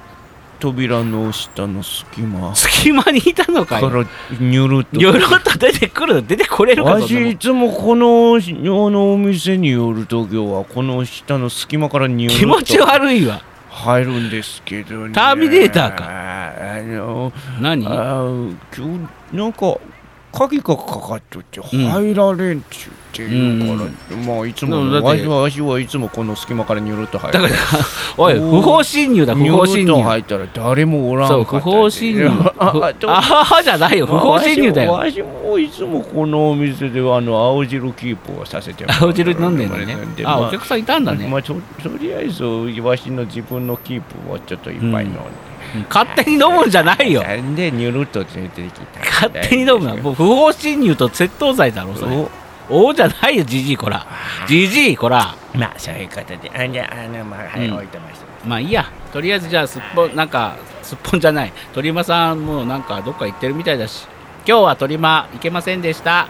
扉の下の隙間
隙間にいたのか
か
よ
らニュルっと
よろっと出てくる出てこれるか
わ
と
しいつもこのあのお店に寄るときはこの下の隙間からニュルっと
気持ち悪いわ
入るんですけどね
ターミネーターか
あの
何
あ今日なんか鍵がかかっとって入られんっちゅって言うから、まあいつも
でもだって
わしはわしはいつもこの隙間からニュルっと入る
だから、おい、
おー
不法侵入だ、不
ニ
法
ュル
侵
っと
入。
入ったら誰もおらんか
そう、
った
不法侵入。
あ
あ
あどう
あははじゃないよ、不法侵入だよ。
わしもわしもいつもこのお店ではあの青汁キープをさせてもらう
青汁飲んでんのね。
で
あ、
ま
お客さんいたんだね。
まあ、ととりあえずわしの自分のキープをちょっといっぱい飲んで、
勝手に飲むんじゃない よ。
なんでニュルっと連れてきた
勝手に飲むな。もう不法侵入と窃盗罪だろ、それ。おおじゃないよ、じじい、こら。じじい、こら。
おまあそういうことであじゃああのまあはい、
うん
置いてました
まあいいや。とりあえずじゃあ、すっぽん、なんか、すっぽんじゃない。鳥間さん、もうなんか、どっか行ってるみたいだし。今日は鳥間、行けませんでした。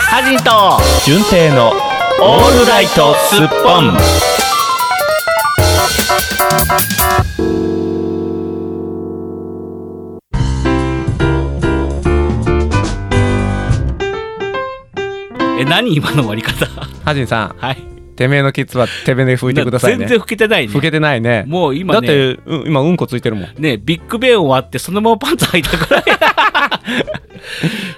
ハジンと
純正のオールライトスッポン
え、何今の割り方
ハジンさ
はい。
んてめえのキツはてめえで拭いてくださいね
全然拭けてないね。
拭けてないね
もう今
だっ
ね。
て、うん今うんこついてるもん
ねビッグベンを割ってそのままパンツ履いたからい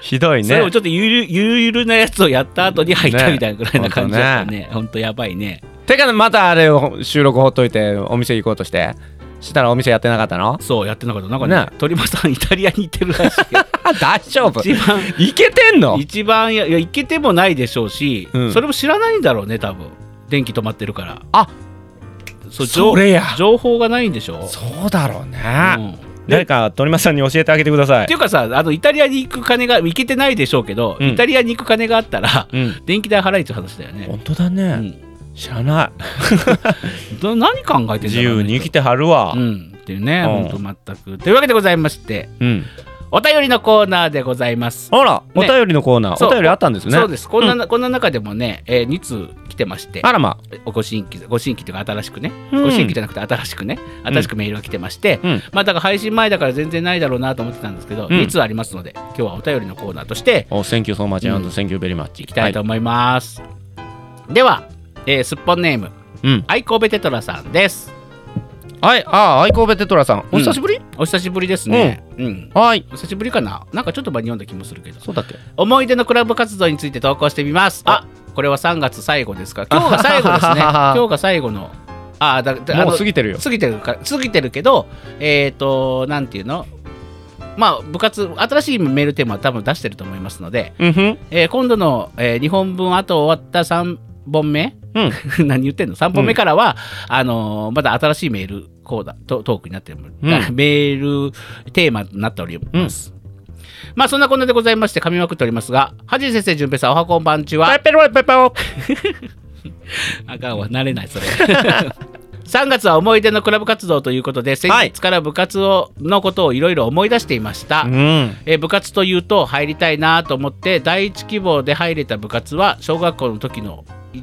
ひどい
それを
ね
ちょっとゆるゆるゆるなやつをやった後に履いたみたいなぐらいな感じだったねほんとやばいね
てかまたあれを収録ほっといてお店行こうとしてしたらお店やってなかったの
そうやってなかったなんかね
ね
鳥間さんイタリアに行ってるら しいよ
あ大丈夫
一番
いけてんの
一番やいや行けてもないでしょうし、
うん
それも知らないんだろうね多分電気止まってるから
あ
そう
それや
情情報がないんでしょ
そうだろう
う
ね
ん
誰か鳥間さんに教えてあげてくださ
っ
い
ていうかさあのイタリアに行く金が行けてないでしょうけど、
うん
イタリアに行く金があったら、
うん
電気代払いって話だよね、
本当だ
う
ね
ん
知らない
ど何考えてんだろうね
自由に生きてはるわ
うん、っていうね、
うん
ほんと全く。というわけでございまして、
うん
お便りのコーナーでございます。
あらお
ね
便りのコーナー
そう
お便りあったんですね
そうです。こんな、こんな中でもね、えー、2通来てまして、
あらま
おご新規、ご新規というか新しくね、
うん
ご新規じゃなくて新しくね、新しくメールが来てまして、
うん
まあだから配信前だから全然ないだろうなと思ってたんですけど、
ん
二2通ありますので、今日はお便りのコーナーとして
おセンキューソーマチ
う
ア
ん
ンドセンキューベリーマッチ
いきたいと思います。では、えー、すっぽんネーム、
うん
愛神戸テトラさんです。
はいああ愛神戸テトラさんお久しぶり
お久しぶりですね。うん。
はい
お久しぶりかななんかちょっと場に読んだ気もするけど。
そうだっけ
思い出のクラブ活動について投稿してみますあこれは3月最後ですか今日が最後です ね 今日が最後のあだだあ
も
の
う過ぎてるよ
過ぎてるか過ぎてるけどえっ、となんていうのまあ部活新しいメールテーマは多分出してると思いますので、
うんふん
えー今度の、え2本分あと終わった3本目、 何言ってんの3本目からは、あのーまだ新しいメールコーダトトークになってる、 メールテーマになっております、まあそんなこんなでございまして噛みまくっておりますがはじい先生じゅんぺいさんおはこんばんちは
ペロペロ
あかんわ慣れないそれ 3月は思い出のクラブ活動ということで先日から部活をのことをいろいろ思い出していました、
うん
えー部活というと入りたいなと思って第一希望で入れた部活は小学校の時のい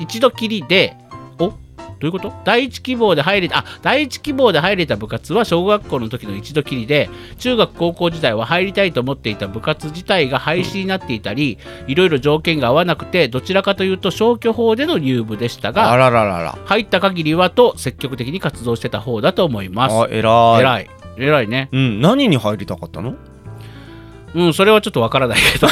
一度きりでおどういうこと第一希望で入れたあ第一希望で入れた部活は小学校の時の一度きりで中学高校時代は入りたいと思っていた部活自体が廃止になっていたりいろいろ条件が合わなくてどちらかというと消去法での入部でした
あ
が
らららら
入った限りはと積極的に活動してた方だと思います
あ偉い
偉い偉いね
うん何に入りたかったの
うん、それはちょっとわからないけど。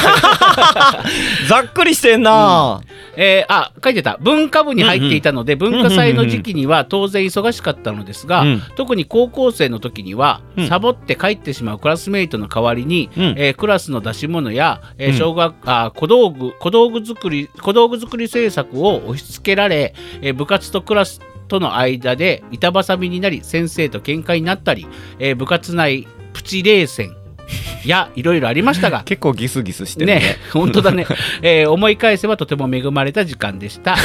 ざっくりしてんな、
えーあ書いてた文化部に入っていたので、文化祭の時期には当然忙しかったのですが、
うん
特に高校生の時には、サボって帰ってしまうクラスメイトの代わりに、
うん
えークラスの出し物や、えー小学あ小道具小道具作り小道具作り制作を押し付けられ、えー部活とクラスとの間で板挟みになり先生と喧嘩になったり、えー部活内プチ冷戦やいろいろありま したが
結構ギスギスしてるね
ね、本当だ ね、えー思い返せばとても恵まれた時間でした。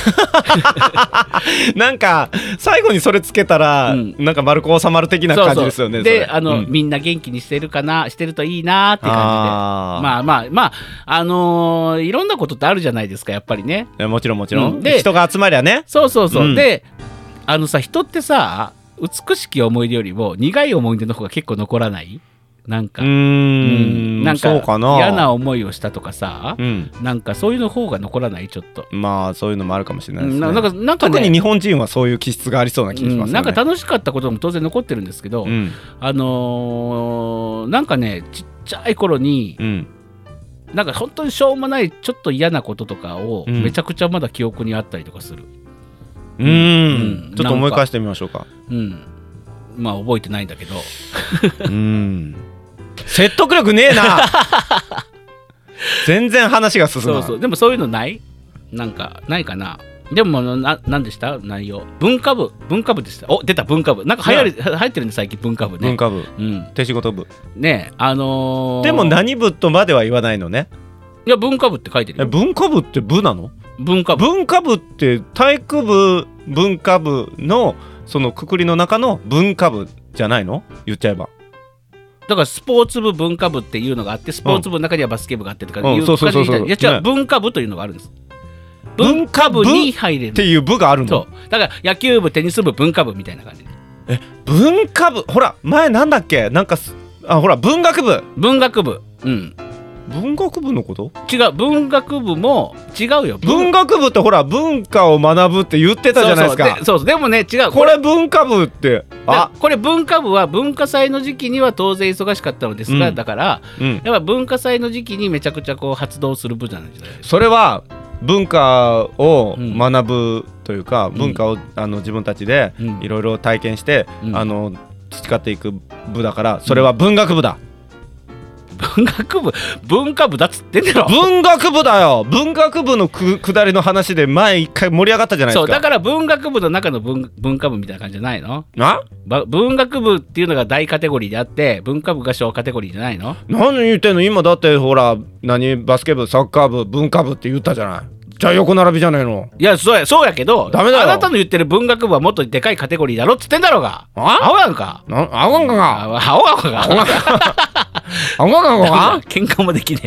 なんか最後にそれつけたら、
うん
なんか丸く収まる的な
そう
感
そ
じ
う
ですよねそ
で、
れ
あの、
うん
みんな元気にしてるかな、してるといいなって感じで。
あー
まあまあまあ、あのーいろんなことってあるじゃないですか、やっぱりね。
いやもちろんもちろん、
うんで
人が集まりゃね
そうそうそう。
うん
で、あのさ、人ってさ、美しき思い出よりも苦い思い出の方が結構残らないなん
う
か、
ー
うんなんか
そうかな
嫌な思いをしたとかさ
う、ん
なんかそういうの方が残らない、ちょっと。
まあそういうのもあるかもしれないですね
ななんか、なんかね、
特に日本人はそういう気質がありそうな気がしま
うん
すよね、
なんか楽しかったことも当然残ってるんですけど、
うん
あのーなんかねちっちゃい頃に
うん
なんか本当にしょうもないちょっと嫌なこととかを
うん
めちゃくちゃまだ記憶にあったりとかする、
うーん
うん
ちょっと思い返してみましょうか
うん、まあ覚えてないんだけど
うん説得力ねえな 全然話が進ま
そ
ないう
そうでもそういうのないなんかないかなでもな何でした内容文化部文化部でしたお出た文化部なんか流行り流行ってるんで最近文化部ね
文化部
うん、
手仕事部
ねえあのー
でも何部とまでは言わないのね
いや文化部って書いてる
え
よ
文化部って部なの
文化部
文化部って体育部文化部のそのくくりの中の文化部じゃないの言っちゃえば
だからスポーツ部文化部っていうのがあってスポーツ部の中にはバスケ部があってとか
うん
いう
そうそう
感じ
そう
で
そ
いや
う
違
ね
う文化部というのがあるんです
文
文
化
化
部
部に入れ
って
る
いう部があるの
そうだから野球部テニス部文化部みたいな感じ
文化部ほら前なんだっけなんかすあほら文学部
文学部うん
文学部のこと
違う文学部も違うよ
文学部ってほら文化を学ぶって言ってたじゃないですか
そうそうでそうそうでもね違う
これ文化部って
あ
あ
これ文化部は文化祭の時期には当然忙しかったのですが、
うん
だから
うん
やっぱ文化祭の時期にめちゃくちゃこう発動する部じゃないですか
それは文化を
うん
学ぶというか、文化をあの自分たちで
うん
いろいろ体験して、
うん
あの培っていく部だからそれは文学部だ、
文学部文化部だっつってんだろ
文学部だよ文学部のくくだりの話で前一回盛り上がったじゃないで
そう
すか
だから文学部の中の文文化部みたいな感じじゃないの
な
ば文学部っていうのが大カテゴリーであって文化部が小カテゴリーじゃないの
何言ってんの今だってほら何バスケ部サッカー部文化部って言ったじゃないじゃあ横並びじゃないの
いやそうやそうやけど
ダメだよ
あなたの言ってる文学部はもっとでかいカテゴリーだろっつってんだろうが
あ
青やんか
なあごんかが
あ青青が
あごんかが
喧嘩もできね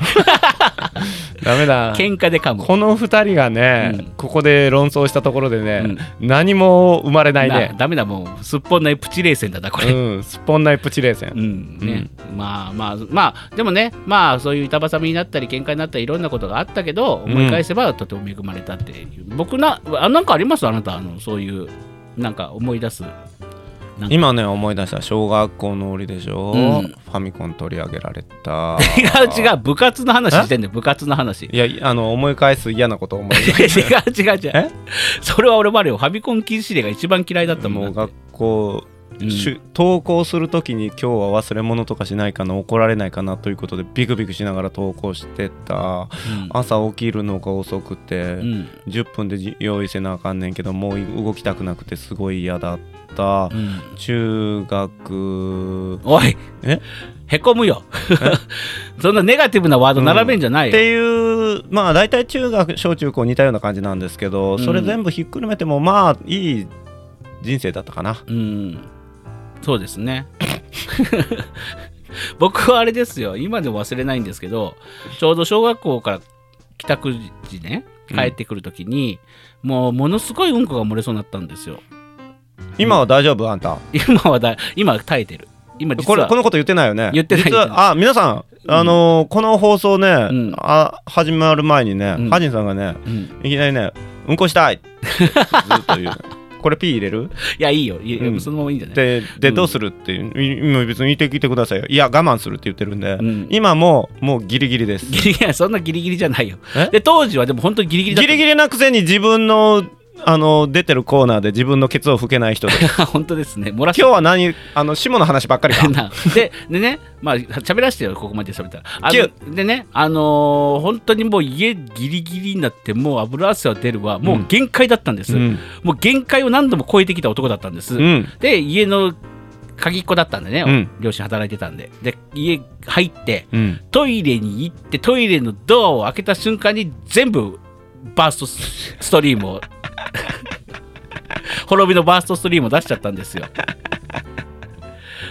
ダメ
え
だ
喧嘩でかむ
この2人がね、
うん
ここで論争したところでね、何も生まれない
な
ね、
ダメだもうすっぽんないプチ冷戦だなこれ、
うん、すっぽんないプチ冷戦、
うんねまあまあまあでもねまあそういう板挟みになったり喧嘩になったりいろんなことがあったけど
ん
思い返せばとても恵まれたっていう、僕なあなんかありますあなたあのそういうなんか思い出 すうん
今ね思い出した小学校の折でしょ、
うん
ファミコン取り上げられた
違う違う部活の話してんだよ部活の話違
いやあの思い返す嫌なことを思い 出
う
し
違う違
え
うそれは俺もあるよファミコン禁止令が一番嫌いだった
たも
もん
う
だっ
学
て
校、
うん
しゅ登校する時に今日は忘れ物とかしないかな怒られないかなということでビクビクしながら登校してた朝起きるのが遅く
う
て、
んうん
10分でじ用意せなあかんねんけどもう動きたくなくてすごい嫌だった、
うん
中学っ
おい
え
へこむよ そんなネガティブなワード並べんじゃないよ、
ていうまあ大体中学小中高似たような感じなんですけど
ん
それ全部ひっくるめてもまあいい人生だったかな、
うん、そうですね。 僕はあれですよ、今でも忘れないんですけど、ちょうど小学校から帰宅時ね、帰ってくるときに、もうものすごいうんこが漏れそうになったんですよ。
今は大丈夫あんた
今はだ、今は耐えてる。今実
これ
は
このこと言ってないよね
言ってない
実は
言ってな
あ皆さんあのーこの放送ね、
ん
あ始まる前にね、
うん
ハジンさんがね
うん
いきなりね「うんこしたい」ってずっと言う これ P 入れる
いやいいよいいよ
うん
そのままいいんじゃない
でで
うん
どうするっていう今別に言ってきてくださいよいや我慢するって言ってるんで、
ん
今もうもうギリギリです
ギリギリそんなギリギリじゃないよ
え
で当時はでも本当にギリギリだっ
ギ
た
リギリなくせに自分のあの出てるコーナーで自分のケツを拭けない人で 今
あ 本当ですね漏らし
日は何あの下の話ばっか りか
変なででねまあ喋らせてよここまで喋ったらあ
キュ
のでねあのー本当にもう家ギリギリになってもう油汗は出るわもう限界だったんです、
うん
もう限界を何度も超えてきた男だったんです、
うん
で家の鍵っ子だったんでね、
うん
両親働いてたんでで家入って
うん
トイレに行ってトイレのドアを開けた瞬間に全部バーストスストリームを 滅びのバーストストリームを出しちゃったんですよ。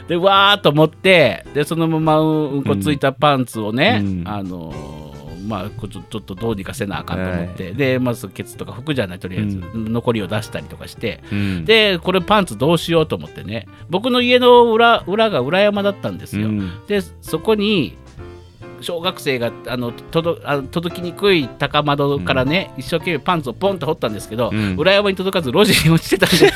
でわーっと思ってでそのままうんうんこついたパンツをね、
うん
あのーまあこうちょちょっとどうにかせなあかんと思って、でまずケツとか服じゃないとりあえず、残りを出したりとかして、
うん
でこれパンツどうしようと思ってね僕の家の裏裏が裏山だったんですよ、
うん
でそこに小学生があの届あの届きにくい高窓からね、一生懸命パンツをポンと掘ったんですけど、
うん
裏山に届かず路地に落ちてたん ですよ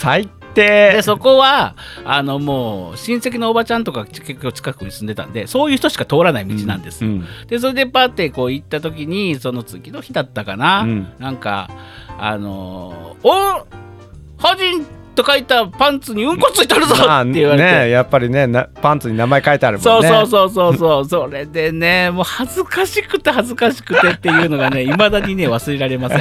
最
で
低
そこはあのもう親戚のおばちゃんとか結構近くに住んでたんでそういう人しか通らない道なんです、
うん
でそれでパッてこう行った時にその次の日だったかな、
うん
なんかあのーおハジンと書いたパンツにうんこついてるぞ
まあ
って言われて、
ねやっぱりねなパンツに名前書いてあるも
そ
ん
う
ね
そうそうそうそうそれでね もう恥ずかしくて恥ずかしくてっていうのが ねいまだにね忘れられませ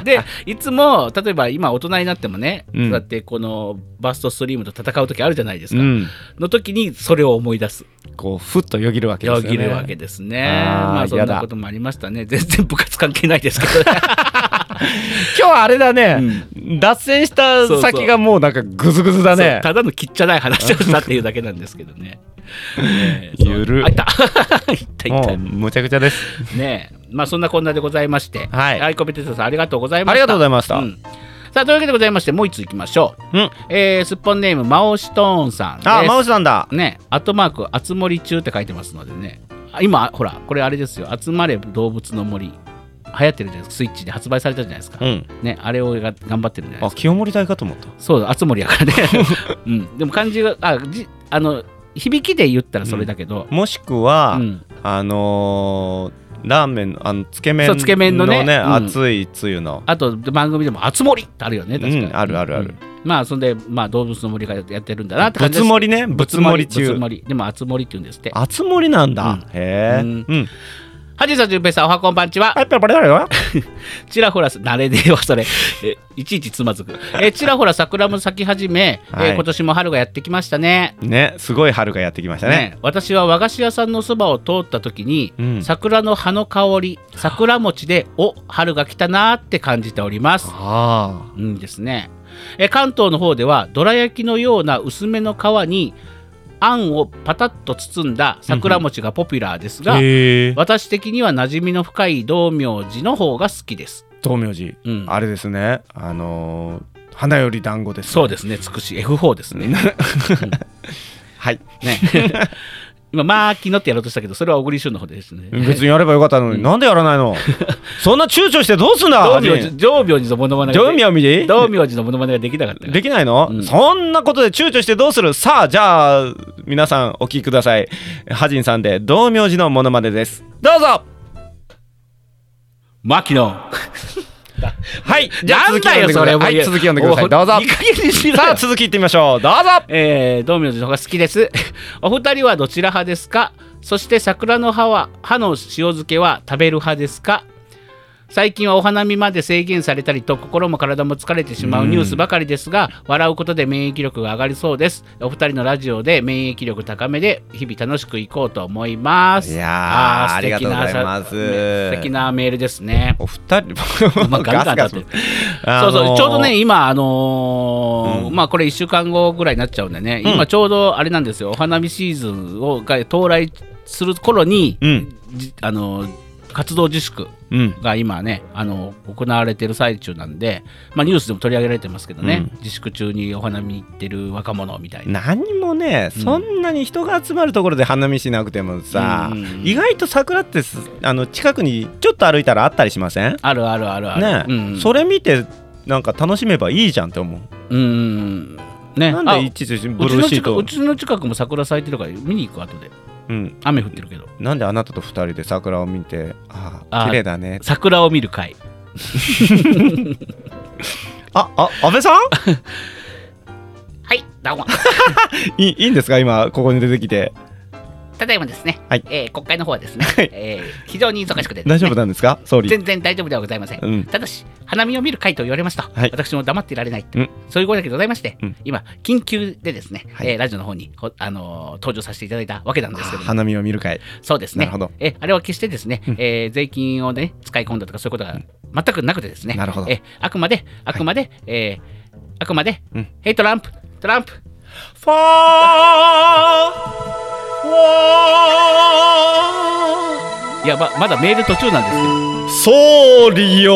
んでいつも例えば今大人になってもね、
うん
だってこのバストストリームと戦う時あるじゃないですか、
うん
の時にそれを思い出す
こうふっとよぎるわけで
よ
すよね
ぎるわけですね
あー
まあそん
や
な
だ
こともありましたね全然部活関係ないですけどね
今日はあれだね、脱線した
そうそう
先がもうなんかグズグ ズだ
そう
ね
ただのきっちゃない話をしたっていうだけなんですけど ねねえそう
ゆる
あいた いったいった
もうむちゃくちゃです
ねえまあそんなこんなでございまして、
はい
アイコベテツさんありがとうございました。
ありがとうございました
んさあというわけでございましてもう一ついきましょう。
うん
えーすっぽんネームマオシトーンさんです。
あマウスなんだ
ねアットマークあつ森中って書いてますのでねあ今ほらこれあれですよ集まれ動物の森流行ってるじゃないですかスイッチで発売されたじゃないですか、
うん
ねあれをが頑張ってるんじゃないで
あ
すか。
清盛隊かと思った
そうだあつ森やから ね。うんでも漢字があじあの響きで言ったらそれだけど。
もしくは、
うん
あのーラーメンあのつけ麺
そ
の
う
ね
つけ麺のねうん
熱いつゆの、
あと番組でも「あつ森」ってあるよね確かに、
うんあるあるある
うんまあそんで、まあ、動物の森がやってるんだなって
ぶ
感じ
つ
です
盛りねぶつ盛り
ぶ
中
つ盛りでも「あつ森」って言うんですって
あつ盛りなんだ、
うん
へえ
う
うんん、
はじさんじゅんぺいさんおはこんばんちは
あやっぱりバレないわ
ちらほら慣れねえわそれえいちいちつまず くえちらほら桜も咲き始め、
はい
え今年も春がやってきましたね
ねすごい春がやってきましたね
ね私は和菓子屋さんのそばを通った時に、
うん
桜の葉の香り桜餅でお春が来たなーって感じております
あ
うんですね。え関東の方ではどら焼きのような薄めの皮にあんをパタッと包んだ桜餅がポピュラーです
あ
が、
へえ
私的には馴染みの深い道明寺の方が好きです。
道明寺、
うん
あれですねあのー花より団子です
そうですね、つくし F4 ですね。
はい
ね 今、マーキノってやろうとしたけど、それは小栗旬の方ですね。
別にやればよかったのに、なんでやらな いのそんな躊躇してどうすんだ
道
ハジ
明寺
ン
道明寺のモノマネが
道
で
明寺
道明寺のモノマネができなかったから
できないの、
うん
そんなことで躊躇してどうするさあじゃあ皆さんお聞きくださいハジンさんで道明寺のモノマネですどうぞ
マキノ。
はいじゃ
なん
あ続き
だよ、
読んで
そ
くだ
れ
さいはい続き読んでくださいどうぞ
いい加減にしろよ
さあ続きいってみましょうどうぞ
えー、道明寺の方が好きです。 お二人はどちら派ですかそして桜の葉は、葉の塩漬けは食べる派ですか最近はお花見まで制限されたりと心も体も疲れてしまうニュースばかりですが、笑うことで免疫力が上がりそうですお二人のラジオで免疫力高めで日々楽しくいこうと思います
いや
ー
ーありがとうございます
素敵なメールですね
お二人
まあガンガン当たってそうそうちょうどね、今、あのー
うん
まあ、これ1週間後ぐらいになっちゃうんでね、
うん
今、ちょうどあれなんですよ、お花見シーズンをが到来する頃に、
うん
じあのー活動自粛
うん
が今ね、あのー行われてる最中なんで、まあ、ニュースでも取り上げられてますけどね、自粛中にお花見に行ってる若者みたいな。
何もね、そんなに人が集まるところで花見しなくてもさ、
うんうんうん
意外と桜ってすあの近くにちょっと歩いたらあったりしません
あるあるあるある。
ね、
うん
それ見て
なんか楽しめばいいじゃんって思う
うんね
なん
あ
でいちいちブルーシートを
うちの近くうちの近くも桜咲いてるから見に行く後で
うん、
雨降ってるけど
なんであなたと二人で桜を見てあ
あ
あ綺麗だね
桜を見る会
ああ安倍さん
はい、どうも。
いいいんですか今ここに出てきて
ただいまですね、
はい
えー国会の方はですね、
い
えー非常に忙しくてですね、
大丈夫なんですか総理
全然大丈夫ではございません。
うん
ただし、花見を見る会と言われました。
はい
私も黙っていられない、
うん
そういうことでございまして、
うん
今、緊急でですね、
はい
えーラジオの方にこ、あのー登場させていただいたわけなんですけども、
花見を見る会
そうです
な
ね
るほど
えーあれは決してですね、えー税金を、ね、使い込んだとかそういうことが全くなくてですね、
なるほど
えーあくまで、あくまで、えーあくまで、
うん
ヘイトランプ、トランプ、
いやままだメール途中なんですけど
総理よ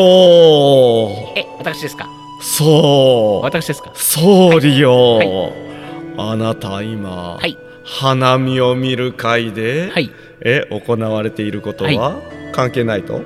え、私ですか
そう
私ですか
総理よ、
はい
あなた今、
はい、
花見を見る会で、
はい。
え行われていることは、関係ないと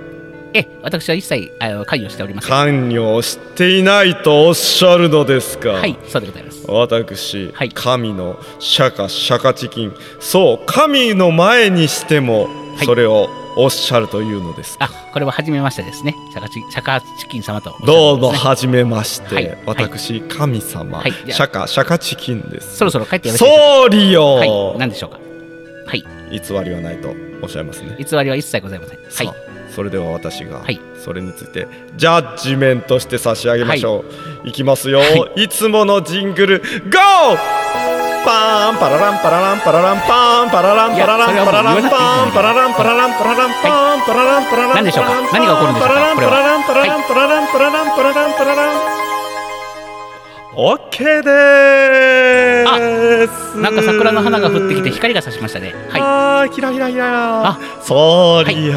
ええ、私は一切あの関与しておりません。は
関与していないとおっしゃるのですか、
い、そうでございます。
私、
はい
神の釈迦釈迦チキンそう神の前にしても
はい
それをおっしゃるというのですか、
あ、これは初めましてですね。シャカチシャカチキン様とおっしゃるんですね、
どうもはじめまして、
はいはい
私神様、
はいじゃあ
釈迦釈迦チキンです
そろそろ帰ってよろしいでしょ
総理よ、
うか。はい、何でしょうか。はい、
偽りはないとおっしゃいますね
偽りは一切ございません。は
さ
い
あ、それでは私が、
はい
それについてジャッジメントして差し上げましょう、い、きますよ、、
はい
つものジングル GO! パーンパラランパラランパラランパーンパラランパラランパラランパーンパラランパラランパラランパーンパラランパラランパララン
何でしょうか何が起こるんでしょうかこれは
パラランパラランパラランパラランパラランパラランオッケーでーす
なんか桜の花が降ってきて光が差しましたね。は
あーひらひらひらひら
あ
総理よ、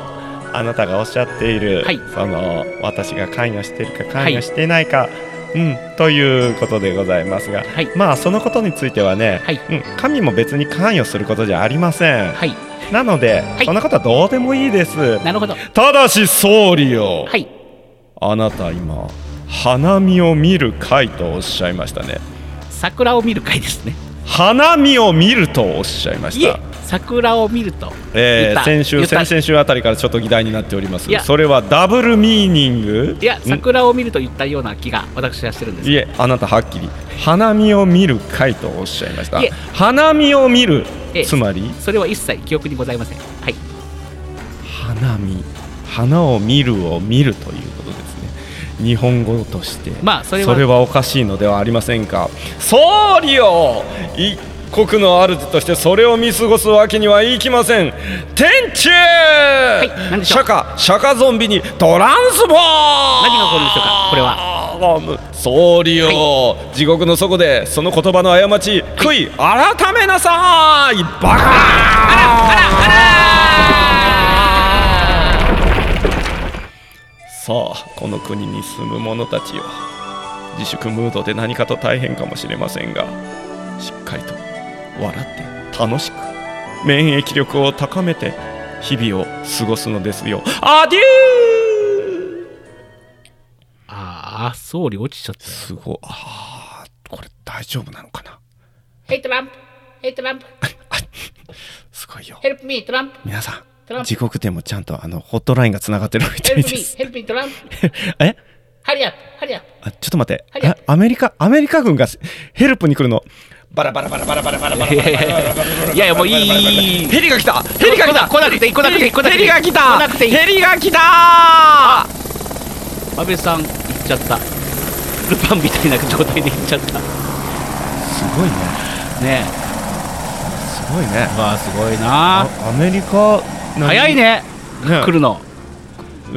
はい
あなたがおっしゃっている、
はい
その私が関与しているか関与していないか、うん、ということでございますが、
はい
まあそのことについてはね、
はい
うん、神も別に関与することじゃありません
い、はい、
なので、
い
そんなことはどうでもいいです
なるほど。
ただし総理よ、
はい、
あなた今花見を見る会とおっしゃいましたね
桜を見る会ですね。
花見を見るとおっしゃいま
い
し
え
た、
桜を見ると。
え
言っ
ー、
た
先週
言った
先々週あたりからちょっと議題になっております
いや
それはダブルミーニング
いや、
ん
桜を見ると言ったような気が私はしてるんです。
いえあなたはっきり花見を見る会とおっしゃいました
いえ
花見を見る
ええ
つまり
それは一切記憶にございません。はい、
花見花を見るを見るということですね日本語として
まあそれは
おかしいのではありませんか総理を一国の主としてそれを見過ごすわけにはいきません天中、
い何でしょう
釈迦釈迦ゾンビにトランスフォー
何が起こるんでしょうかこれは
は総理よ、地獄の底でその言葉の過ち悔い改めなさいバカさあこの国に住む者たちよ自粛ムードで何かと大変かもしれませんがしっかりと笑って楽しく免疫力を高めて日々を過ごすのですよアデュー
ああ総理落ちちゃった
すごいあーこれ大丈夫なのかな
ヘイトランプ、ヘイトラ ンプ、
すごいよ
ヘルプミートランプ、
皆さ
トラン
ん
プ
地獄でもちゃんとあのホットラインがつながってるみた
ヘル
いで
プミー、
す
ヘルプミートランプ、
え
ハリアップ、ハリアップ。
あちょっと待って、
はい
あアメリカアメリカ軍がヘルプに来るのバラバラバラバラバラバ ラバラバラバラバラバラ
いやいやもういいいい
ヘリが来たヘリが来た
来なくていい来なくていい来なくていい
ヘリが来た
来なくていい
ヘリが来た
安倍さん行っちゃったルパンみたいな状態で行っちゃった
すごいね
ね
すごいね
えわあすごいな
あアメリカ
早いね
ね
来るの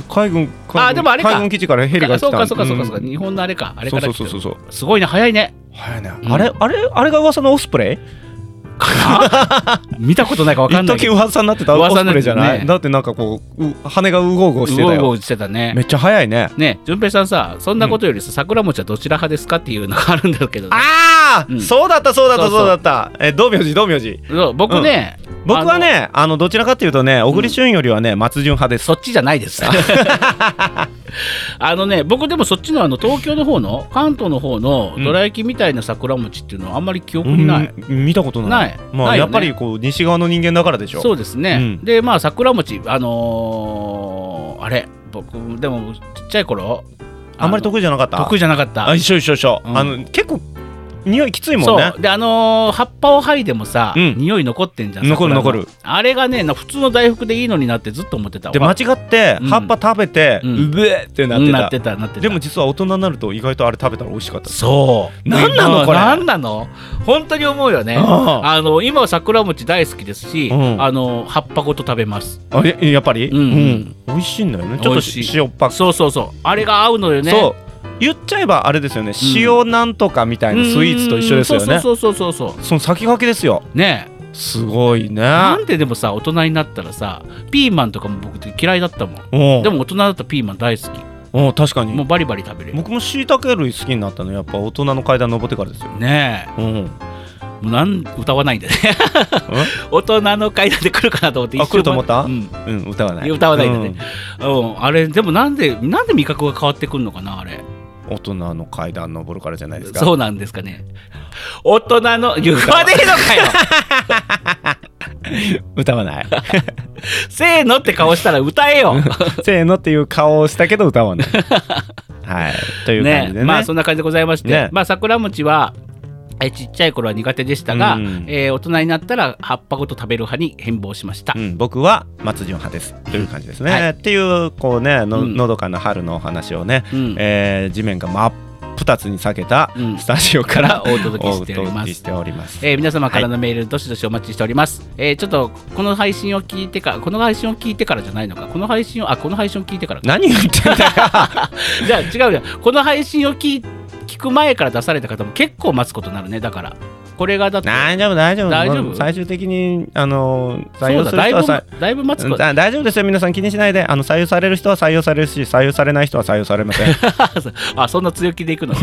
海軍海軍
あでもあれか
海軍基地からヘリが来た
そうかそうかそうかそうか
ん
日本のあれかあれ
そう
から
そう
来て
そう
る
そうそう
すごいね早いね
早いね
うん
あれあれあれが噂のオスプレイ
見たことないかわかん
一
ないけ ど
時噂になってたオ
噂
ス
にな
プ
っ
レ
て
イじゃ
たね
ないだってなんかこうう羽がうごうごしてた
うごう
よ
ごしてた
め
ね
っちゃ早いね
ね順平さんさそんなことよりさ桜餅はどちら派ですかっていうのがあるんだけどね
ああ
うん
そうだったそうだった
そうそう
そうだったえ道明寺道明寺
そう僕ね、
僕はねあのどちらかというとね小栗旬よりはね、松潤派です
そっちじゃない です。あのね、僕でもそっちのあの東京の方の関東の方のどら焼きみたいな桜餅っていうのはあんまり記憶にない。
うん見たことない
ない
まあ
ないよ
や
ね
っぱりこう西側の人間だからでしょ
そうですね。
うん
で、まあ桜餅、あのーあれ、僕でもちっちゃい頃
あんまり
得
得意じゃなかった
得意じゃなかった。
あ一緒一緒一緒、
うん
あの結構匂いきついもんね
そうであのー葉っぱを剥いでもさ、
うん
匂い残ってんじゃん
残る
桜の
残る
あれがねな普通の大福でいいのになってずっと思ってたわ
で間違って
うん
葉っぱ食べて、
う
うんべえってなっ
うん
て
な
た,、
ってたなってた
でも実は大人になると意外とあれ食べたら美味しかったです
そう
なんなのこれ
なんなの本当に思うよね
あ
あの今は桜餅大好きですし、
うん
あの葉っぱごと食べます
あえやっぱり、
うん
美味しいんだよねち
美
ょっ
味しい
と塩っぱく
そうそうそうあれが合うのよね
そう言っちゃえばあれですよね、塩なんとかみたいなスイーツと一緒ですよね、
うんそうそうそうそうそ
その先駆けですよ
うねえ
すごいね
なんででもさ大人になったらさピーマンとかも僕嫌いだったもん
うん
でも大人だったらピーマン大好き
うん確か
も
に
うバリバリ食べれる
僕も椎茸類好きになったのやっぱ大人の階段登ってからですよ、
ねえ
うん、
もうなん歌わないんだね 大人の階段で来るかなと思って
あ来ると思った
うん
うん、歌わない
歌わないんだね、うん、あれでもなんでなんで味覚が変わってくるのかなあれ
うん大人の階段登るからじゃないですか
そうなんですかね大人の 言わねえのかよ
歌わない
せーのって顔したら歌 えよ
せーのっていう顔をしたけど歌 わないはいという感
ね
じでね
まあそんな感じでございまして、
ね
まあ桜餅はえちっちゃい頃は苦手でしたが、
うん
えー大人になったら葉っぱごと食べる派に変貌しました、
うん、僕は松潤派ですという感じですね。
はい
っていうこうねの,、
うん
のどかな春のお話をね、
うん
えー地面が真っ二つに裂けた
うん
スタジオか
からら、お届け
お
しておりま
届け
す
しております。
えー皆様からのメール、どしどしお待ちしております。えーちょっと、この配信を聞いてか、この配信を聞いてからじゃないのか、この配信を、あ、この配信を聞いてからか。
何言ってんだよ
じゃあ、違うじゃん。この配信を聞い聞く前から出された方も結構待つことになるね、だから。これがだって、
大丈夫大丈夫
大丈夫
最終的にあの採
そう
用
だ、
する
だい
人
ぶ
はさ、
だいぶ待つ
うん
こと。
だ大丈夫ですよ皆さん気にしないであの採用される人は採用されるし採用されない人は採用されません
あ、そんな強気でいくのね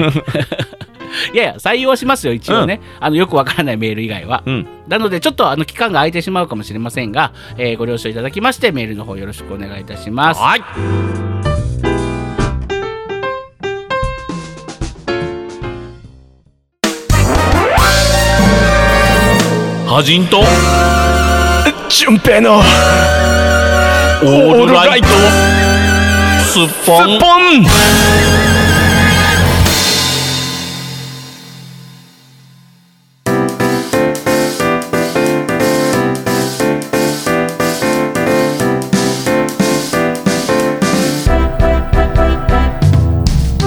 いやいや、採用しますよ、一応ね。あの、よくわからないメール以外は。
うん
なので、ちょっと、あの、期間が空いてしまうかもしれませんが、えーご了承いただきまして、メールの方よろしくお願いいたします。はい。
はじんと
純平の
オールライトスッポン
ポン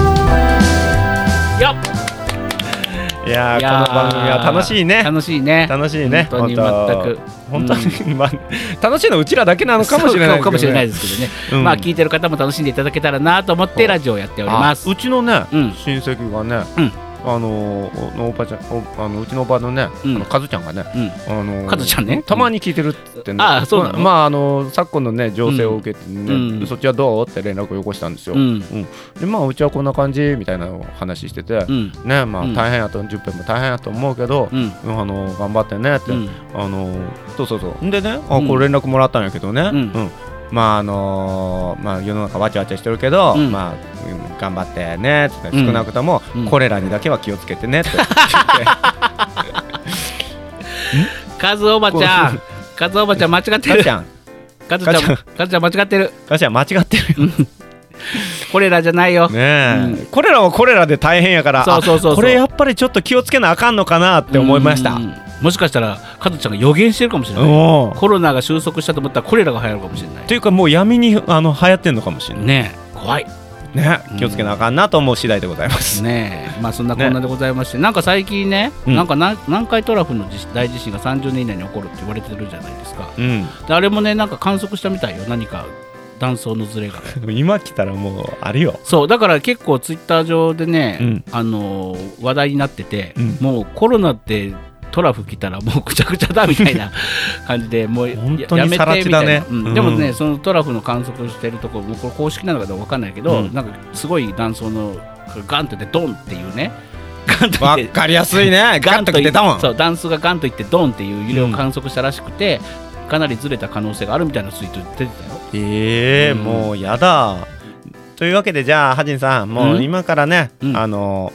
よっ
いやー
いやー
この番組は楽しいね
楽しいね。
楽しいね
本当に全く
本当に、 まあ楽しいのはうちらだけなのかもしれないですけど
そうかもしれない
ね
ですけどね。
うん
まあ聞いてる方も楽しんでいただけたらなと思ってラジオをやっております
あ。うちのね、
うん
親戚がね、
うん
あのーおのおばちゃんおあのうちのおばのね、
うん
あのカズちゃんがね、
う
あのー
カズちゃんね
たまに聞いてるっつって
う
ね、
んあーそうなの
ままああのー昨今のね情勢を受けてね、
うん
そっちはどうって連絡をよこしたんですよ、
うん
でまあうちはこんな感じみたいなのを話してて、
うん
ねまあ
うん
大変やと10分も大変やと思うけど、
うん
うんあのー頑張ってねって、
うん
あのーそうそうそうでねあ
うん
これ連絡もらったんやけどね、
うん
うんまああのーまあ世の中わちゃわちゃしてるけど、
うん
まあうん頑張ってねって
うん
少なくとも
うん
これらにだけは気をつけてね って、
カズおばちゃん、カズおばちゃん間違って
ガ
る
チ。ャン
カズちゃん
カズちゃん、
カズちゃん間違ってる。
ガチャン間違ってるよ
これらじゃない よ。
ねえ、これらはこれらで大変やから
そうそうそうそう
あこれやっぱりちょっと気をつけなあかんのかなって思いました
うん。もしかしたらカズちゃんが予言してるかもしれない。
お
コロナが収束したと思ったらこれらが流行るかもしれない
と。いうかもう闇にあの流行ってんのかもしれない
ねえ、怖い。
ね気をつけなあかんなと思う次第でございます、
ねえまあそんなこんなでございまして、なんか最近ね、
うん
なんか南南海トラフの地震大地震が30年以内に起こるって言われてるじゃないですか
うん
であれもねなんか観測したみたいよ何か断層のズレが
今来たらもうあれよ
そうだから結構ツイッター上でね、
うん
あのー話題になってて、
うん
もうコロナってトラフ来たらもう ぐちゃぐちゃだみたい な感じでもうや
本当に
やめて
さら地だね
みたいなうん
うん
でもねそのトラフの観測してるとこもうこれ公式なのかどうかわかんないけど、
う ん
なんかすごい断層のガンってでドンっていうねガンと
わ
いって
かりやすいねガンときてたもん
そうダンスがガンといってドンっていう揺れを観測したらしくて、かなりずれた可能性があるみたいなツイート出てたよ
ええ
うん
もうやだというわけでじゃあハジンさんもううん今からね、
うん
あの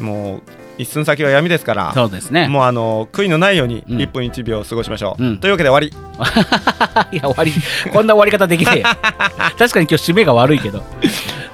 もう一寸先は闇ですから
そうですね
もうあの悔いのないように
うん
1分1秒過ごしましょう、
うん
というわけで終わ り
いや終わりこんな終わり方できねえよ確かに今日締めが悪いけど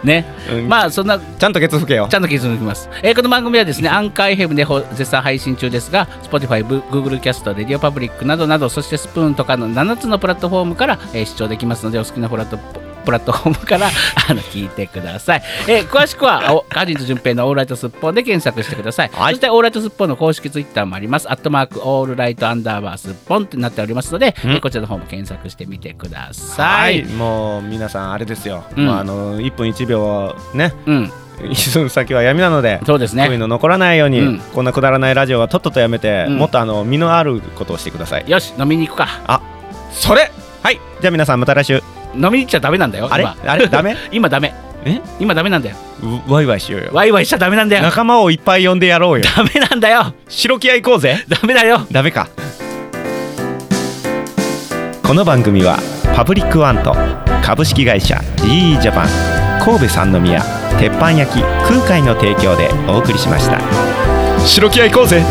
ね、
うん
まあそんな
ちゃんとケツ吹けよ
ちゃんと気づきます、えーこの番組はですねアンカー FM でほ絶賛配信中ですが Spotify、ブ Google キャスト、レディオパブリックなどなどそしてスプーンとかの7つのプラットフォームから、えー視聴できますのでお好きなプラットプラットフォームから あの聞いてください、えー詳しくはおカジンと順平のオールライトスッポンで検索してください、そしてオールライトスッポンの公式ツイッターもありますアットマークオールライトアンダーバースッポンってなっておりますので、えーこちらの方も検索してみてください、
もう皆さんあれですよ、
うん
もうあの1分1秒ね
うん
一寸先は闇なので
そうですね
悔いの残らないように、
うん
こんなくだらないラジオはとっととやめて、
うん
もっとあの身のあることをしてください
よし飲みに行くか
それはいじゃあ皆さんまた来週
飲みに行っちゃダメなんだよ
あれ
今
あれダメ
今ダメ
え
今ダメなんだよ
うワイワイしようよ
ワイワイしちゃダメなんだよ
仲間をいっぱい呼んでやろ うよ
ダメなんだよ
白木屋行こうぜ
ダメだよ
ダメかこの番組はパブリックワンと株式会社 GE ジャパン神戸三宮鉄板焼き空海の提供でお送りしました
白木屋行こうぜ